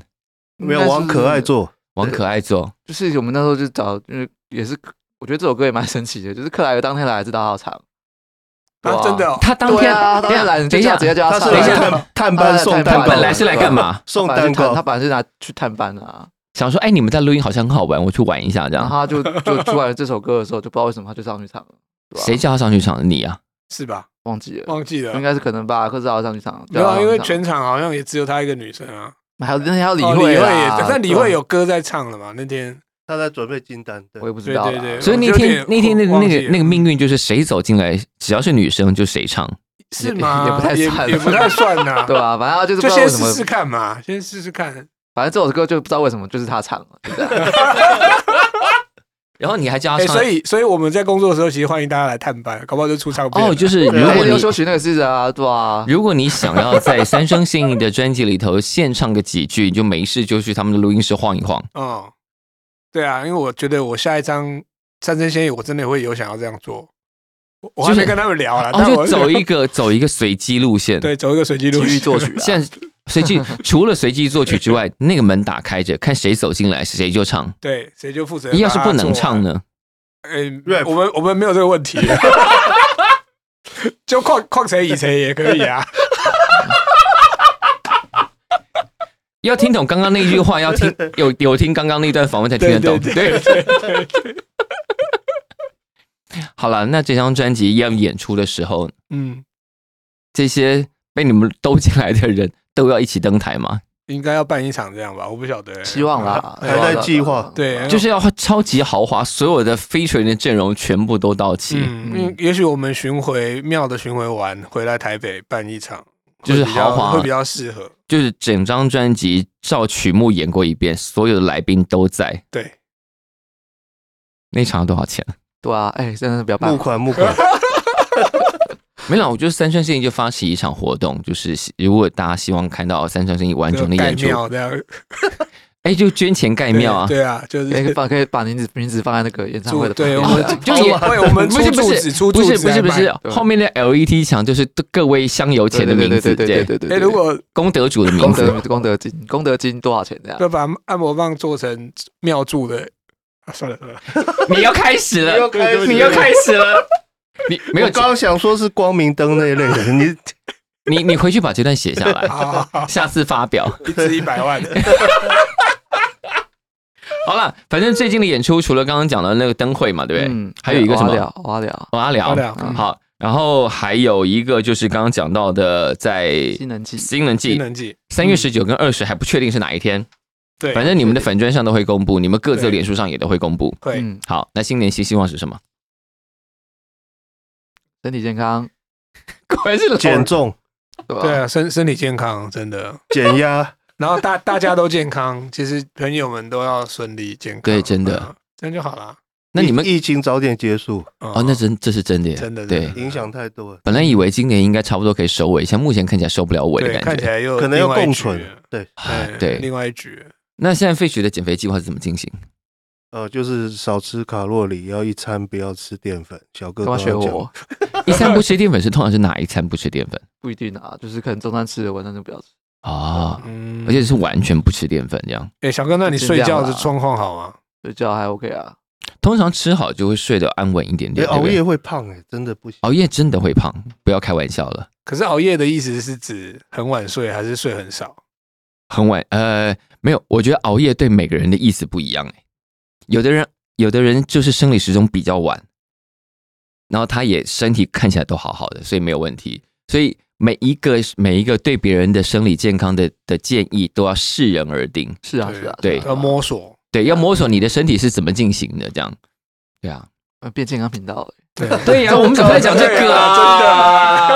Speaker 4: 没有往可爱做，
Speaker 2: 王可爱做，
Speaker 5: 就是我们那时候就找，就是也是，我觉得这首歌也蛮神奇的，就是克莱尔当天来知道他要唱，
Speaker 3: 啊，真的哦，
Speaker 2: 他当
Speaker 5: 对
Speaker 2: 天
Speaker 5: 啊，当天来你就
Speaker 2: 等一下
Speaker 5: 叫直接叫
Speaker 4: 他
Speaker 5: 他
Speaker 4: 是
Speaker 5: 唱，
Speaker 2: 等一下
Speaker 4: 来探探班 送蛋
Speaker 2: 他
Speaker 4: 糕，
Speaker 2: 本来是来干嘛？
Speaker 4: 送
Speaker 5: 他本来
Speaker 4: 蛋
Speaker 5: 是探他
Speaker 4: 糕，
Speaker 5: 本来是拿去探班啊，
Speaker 2: 想说，哎，你们在录音好像很好玩，我去玩一下这
Speaker 5: 然
Speaker 2: 样。
Speaker 5: 后他就就出完这首歌的时候，就不知道为什么他就上去唱了，对吧
Speaker 2: 谁叫他上去唱的？你啊？
Speaker 3: 是吧？
Speaker 5: 忘记了？
Speaker 3: 忘记了
Speaker 5: 应，该是可能吧，克斯要上去唱，
Speaker 3: 没有啊，
Speaker 5: 对啊
Speaker 3: 因为
Speaker 5: 上去唱
Speaker 3: 全场好像也只有她一个女生啊。
Speaker 5: 还有那天还有李
Speaker 3: 哦
Speaker 5: 慧
Speaker 3: 慧
Speaker 5: 啊，
Speaker 3: 也，但李
Speaker 5: 对吧
Speaker 3: 慧有歌在唱了嘛？那天
Speaker 4: 他在准备金丹，对
Speaker 5: 我也不知
Speaker 3: 对
Speaker 5: 道啦，
Speaker 3: 对对，啊
Speaker 2: 所以那
Speaker 3: 我就有
Speaker 2: 天
Speaker 3: 点
Speaker 2: 那天那个
Speaker 3: 忘
Speaker 2: 那
Speaker 3: 记
Speaker 2: 个
Speaker 3: 了
Speaker 2: 那个命运就是谁走进来，只要是女生就谁唱。
Speaker 3: 是吗？
Speaker 5: 也不太算。
Speaker 3: 也不太算呐
Speaker 5: 对吧？反正他就是不
Speaker 3: 就
Speaker 5: 知道为
Speaker 3: 先
Speaker 5: 什
Speaker 3: 试试
Speaker 5: 么，
Speaker 3: 看嘛，先试试看。
Speaker 5: 反正这首歌就不知道为什么就是他唱了，就这样
Speaker 2: 然后你还叫他
Speaker 3: 哎，
Speaker 2: 唱
Speaker 3: 所以所以我们在工作的时候，其实欢迎大家来探班，搞不好就出唱片
Speaker 2: 哦，
Speaker 3: 了。
Speaker 2: 就是如
Speaker 4: 对
Speaker 5: 然后
Speaker 2: 果
Speaker 5: 刘
Speaker 2: 你
Speaker 5: 修群那个是啊，对吧？
Speaker 2: 如果你想要在三生信义的专辑里头现唱个几句，你就没事就去他们的录音室晃一晃。
Speaker 3: 哦，对啊，因为我觉得我下一张《战争先野》，我真的会有想要这样做。我我还
Speaker 2: 就是
Speaker 3: 没跟他们聊啊，
Speaker 2: 哦，
Speaker 3: 但我
Speaker 2: 就走一个走一个随机路线。，
Speaker 3: 对走一个随机
Speaker 5: 体
Speaker 3: 路
Speaker 5: 育
Speaker 3: 线
Speaker 5: 作曲 啊，
Speaker 2: 现在随机除了随机作曲之 外，那个门打开着，看谁走进来谁就唱。
Speaker 3: 对，谁就负责。
Speaker 2: 要是不能唱
Speaker 3: 呢？
Speaker 2: 呢？
Speaker 3: 嗯
Speaker 4: Rap
Speaker 3: 我们我们没有这个问题， 就旷旷谁以谁也可以啊。
Speaker 2: 要听懂刚刚那句话，要 听有有听刚刚那段访问才听得懂。
Speaker 3: 对
Speaker 2: 对 好了，那这张专辑要演出的时候，
Speaker 3: 嗯，
Speaker 2: 这些被你们兜进来的人都要一起登台吗？
Speaker 3: 应该要办一场这样吧，我不晓得。欸
Speaker 5: 希望啦，
Speaker 4: 还在计划
Speaker 3: 对，嗯
Speaker 2: 就是要超级豪华，所有的 featuring 的阵容全部都到齐。
Speaker 3: 嗯，因为也许我们巡回庙的巡回完回来台北办一场，
Speaker 2: 就是
Speaker 3: 会比较
Speaker 2: 豪华
Speaker 3: 会比较适合。
Speaker 2: 就是整张专辑照曲目演过一遍，所有的来宾都在。
Speaker 3: 对，
Speaker 2: 那场多少钱？
Speaker 5: 对啊，哎，真的是不要办
Speaker 4: 募
Speaker 5: 了，
Speaker 4: 款募款，
Speaker 2: 没有啦，我觉得三川信义就发起一场活动，就是希如果大家希望看到三川信义完整的
Speaker 3: 就盖
Speaker 2: 演出，
Speaker 3: 庙这样
Speaker 2: 哎，就捐钱盖庙啊。
Speaker 3: 对对 啊，就是
Speaker 5: 哎，把可以把名字名字放在那个演唱会
Speaker 3: 住
Speaker 5: 的旁
Speaker 3: 对，
Speaker 5: 边
Speaker 3: 我们
Speaker 2: 就
Speaker 3: 就
Speaker 2: 也
Speaker 3: 会我们
Speaker 2: 不
Speaker 3: 出
Speaker 2: 是不
Speaker 3: 住
Speaker 2: 是
Speaker 3: 址出
Speaker 2: 不
Speaker 3: 住
Speaker 2: 是
Speaker 3: 址
Speaker 2: 不是不是
Speaker 3: 来卖，哎
Speaker 5: 对
Speaker 2: 后面的 LED 墙就是各位香油
Speaker 5: 对
Speaker 2: 钱的名字，
Speaker 5: 对对对对对对
Speaker 3: 哎，
Speaker 5: 对。
Speaker 3: 如果
Speaker 2: 功德主的名
Speaker 5: 功
Speaker 2: 字，
Speaker 5: 德功德金功德金多少钱这样？
Speaker 3: 要
Speaker 2: 啊
Speaker 3: 把按摩棒做成庙祝的， 啊算了算了，
Speaker 2: 你要开始了，
Speaker 4: 开
Speaker 2: 你要开始了，你没有
Speaker 4: 我刚刚想说是光明灯那一类的，你
Speaker 2: 你你回去把这段写下来，
Speaker 3: 好 好好，
Speaker 2: 下次发表。
Speaker 3: 一支一百万的。
Speaker 2: 好了，反正最近的演出除了刚刚讲的那个灯会嘛，对不对？
Speaker 5: 嗯，
Speaker 2: 还有一个什么
Speaker 5: 挖聊挖聊
Speaker 2: 哦阿
Speaker 3: 阿
Speaker 2: 聊，
Speaker 3: 廖
Speaker 2: 嗯好，然后还有一个就是刚刚讲到的在
Speaker 5: 新能记，
Speaker 2: 新能
Speaker 3: 新
Speaker 2: 记
Speaker 3: 能记，
Speaker 2: 三月十九跟二十还不确定是哪一天，
Speaker 3: 对，
Speaker 2: 反正你们的粉砖上都会公布，你们各自的脸书上也都会公布。
Speaker 3: 对，
Speaker 5: 嗯，
Speaker 2: 好，那新年新希望是什 么？
Speaker 5: 身体健康，
Speaker 2: 果然是老
Speaker 4: 减重、
Speaker 5: 对吧？
Speaker 3: 对啊，身身体健康真的，
Speaker 4: 减压，
Speaker 3: 然后大大家都健康，其实朋友们都要顺利健康，
Speaker 2: 对真的
Speaker 3: 嗯这样就好啦。
Speaker 2: 那你们
Speaker 4: 疫疫情早点结束，
Speaker 2: 哦
Speaker 3: 哦，
Speaker 2: 那真这是真的耶，
Speaker 3: 真的真
Speaker 2: 对
Speaker 3: 的。
Speaker 4: 影响太多了，
Speaker 2: 本来以为今年应该差不多可以收尾，像目前看起来收不了尾
Speaker 3: 对，
Speaker 2: 的
Speaker 3: 看
Speaker 2: 感
Speaker 3: 起
Speaker 2: 觉。
Speaker 3: 来又
Speaker 4: 可能要
Speaker 3: 另外一
Speaker 4: 共
Speaker 3: 局
Speaker 4: 存
Speaker 3: 了。
Speaker 4: 对，
Speaker 2: 哎
Speaker 3: 另
Speaker 2: 对，
Speaker 3: 外一局
Speaker 2: 那现在废墟的减肥计划是怎么进行？
Speaker 4: 呃，就是少吃卡路里，要一餐不要吃淀粉。小哥
Speaker 5: 干
Speaker 4: 都
Speaker 5: 嘛
Speaker 4: 要
Speaker 5: 学
Speaker 4: 讲哎
Speaker 5: 我？
Speaker 2: 一餐不吃淀粉是通常是哪一餐不吃淀粉
Speaker 5: 不一定啊，就是可能中餐吃了，晚上就不要吃。
Speaker 2: 啊？
Speaker 3: 嗯，
Speaker 2: 而且是完全不吃淀粉这样。
Speaker 3: 哎、小哥，那你
Speaker 5: 尽
Speaker 3: 睡
Speaker 5: 量
Speaker 3: 觉
Speaker 5: 啦
Speaker 3: 的状况好吗？
Speaker 5: 睡觉还 OK 啊，
Speaker 2: 通常吃好就会睡得安稳一点
Speaker 4: 哎
Speaker 2: 点。对
Speaker 4: 熬
Speaker 2: 不对
Speaker 4: 夜会胖哎、真的不行。
Speaker 2: 熬夜真的会胖，不要开玩笑了。
Speaker 3: 可是熬夜的意思是指很晚睡，还是睡很少？
Speaker 2: 很晚，呃，没有，我觉得熬夜对每个人的意思不一样、欸、有的人，有的人就是生理时钟比较晚，然后他也身体看起来都好好的，所以没有问题。所以每一个每一个对别人的生理健康的的建议都要视人而定，
Speaker 5: 是啊
Speaker 3: 对
Speaker 5: 是啊，
Speaker 2: 对
Speaker 5: 是啊
Speaker 3: 要摸索。
Speaker 2: 对，要摸索你的身体是怎么进行的，这样，对啊，
Speaker 5: 呃变健康频道了，
Speaker 3: 对
Speaker 2: 对呀、我们怎么在讲这个啊？呃
Speaker 3: 真的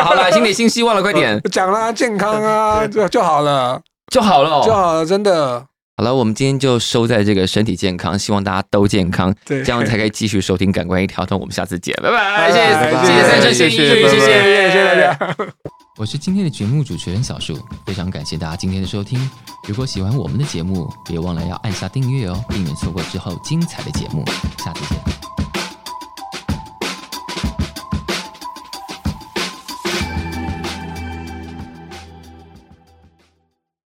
Speaker 3: 啊
Speaker 2: 好了，新年新希望了，快点
Speaker 3: 我讲啦，健康 啊，就就好了，
Speaker 2: 就好了哦、
Speaker 3: 就好了，真的。
Speaker 2: 好了，我们今天就收在这个身体健康，希望大家都健康，
Speaker 3: 对哎
Speaker 2: 这样才可以继续收听《感官一条通》。我们下次见， 拜拜！谢
Speaker 3: 拜拜
Speaker 2: 谢，谢谢三生，
Speaker 4: 谢谢
Speaker 2: 谢
Speaker 4: 拜拜
Speaker 2: 谢，
Speaker 3: 谢谢大家。
Speaker 2: 我是今天的节目主持人小树，非常感谢大家今天的收听。如果喜欢我们的节目，别忘了要按下订阅哦，避免错过之后精彩的节目。下次见。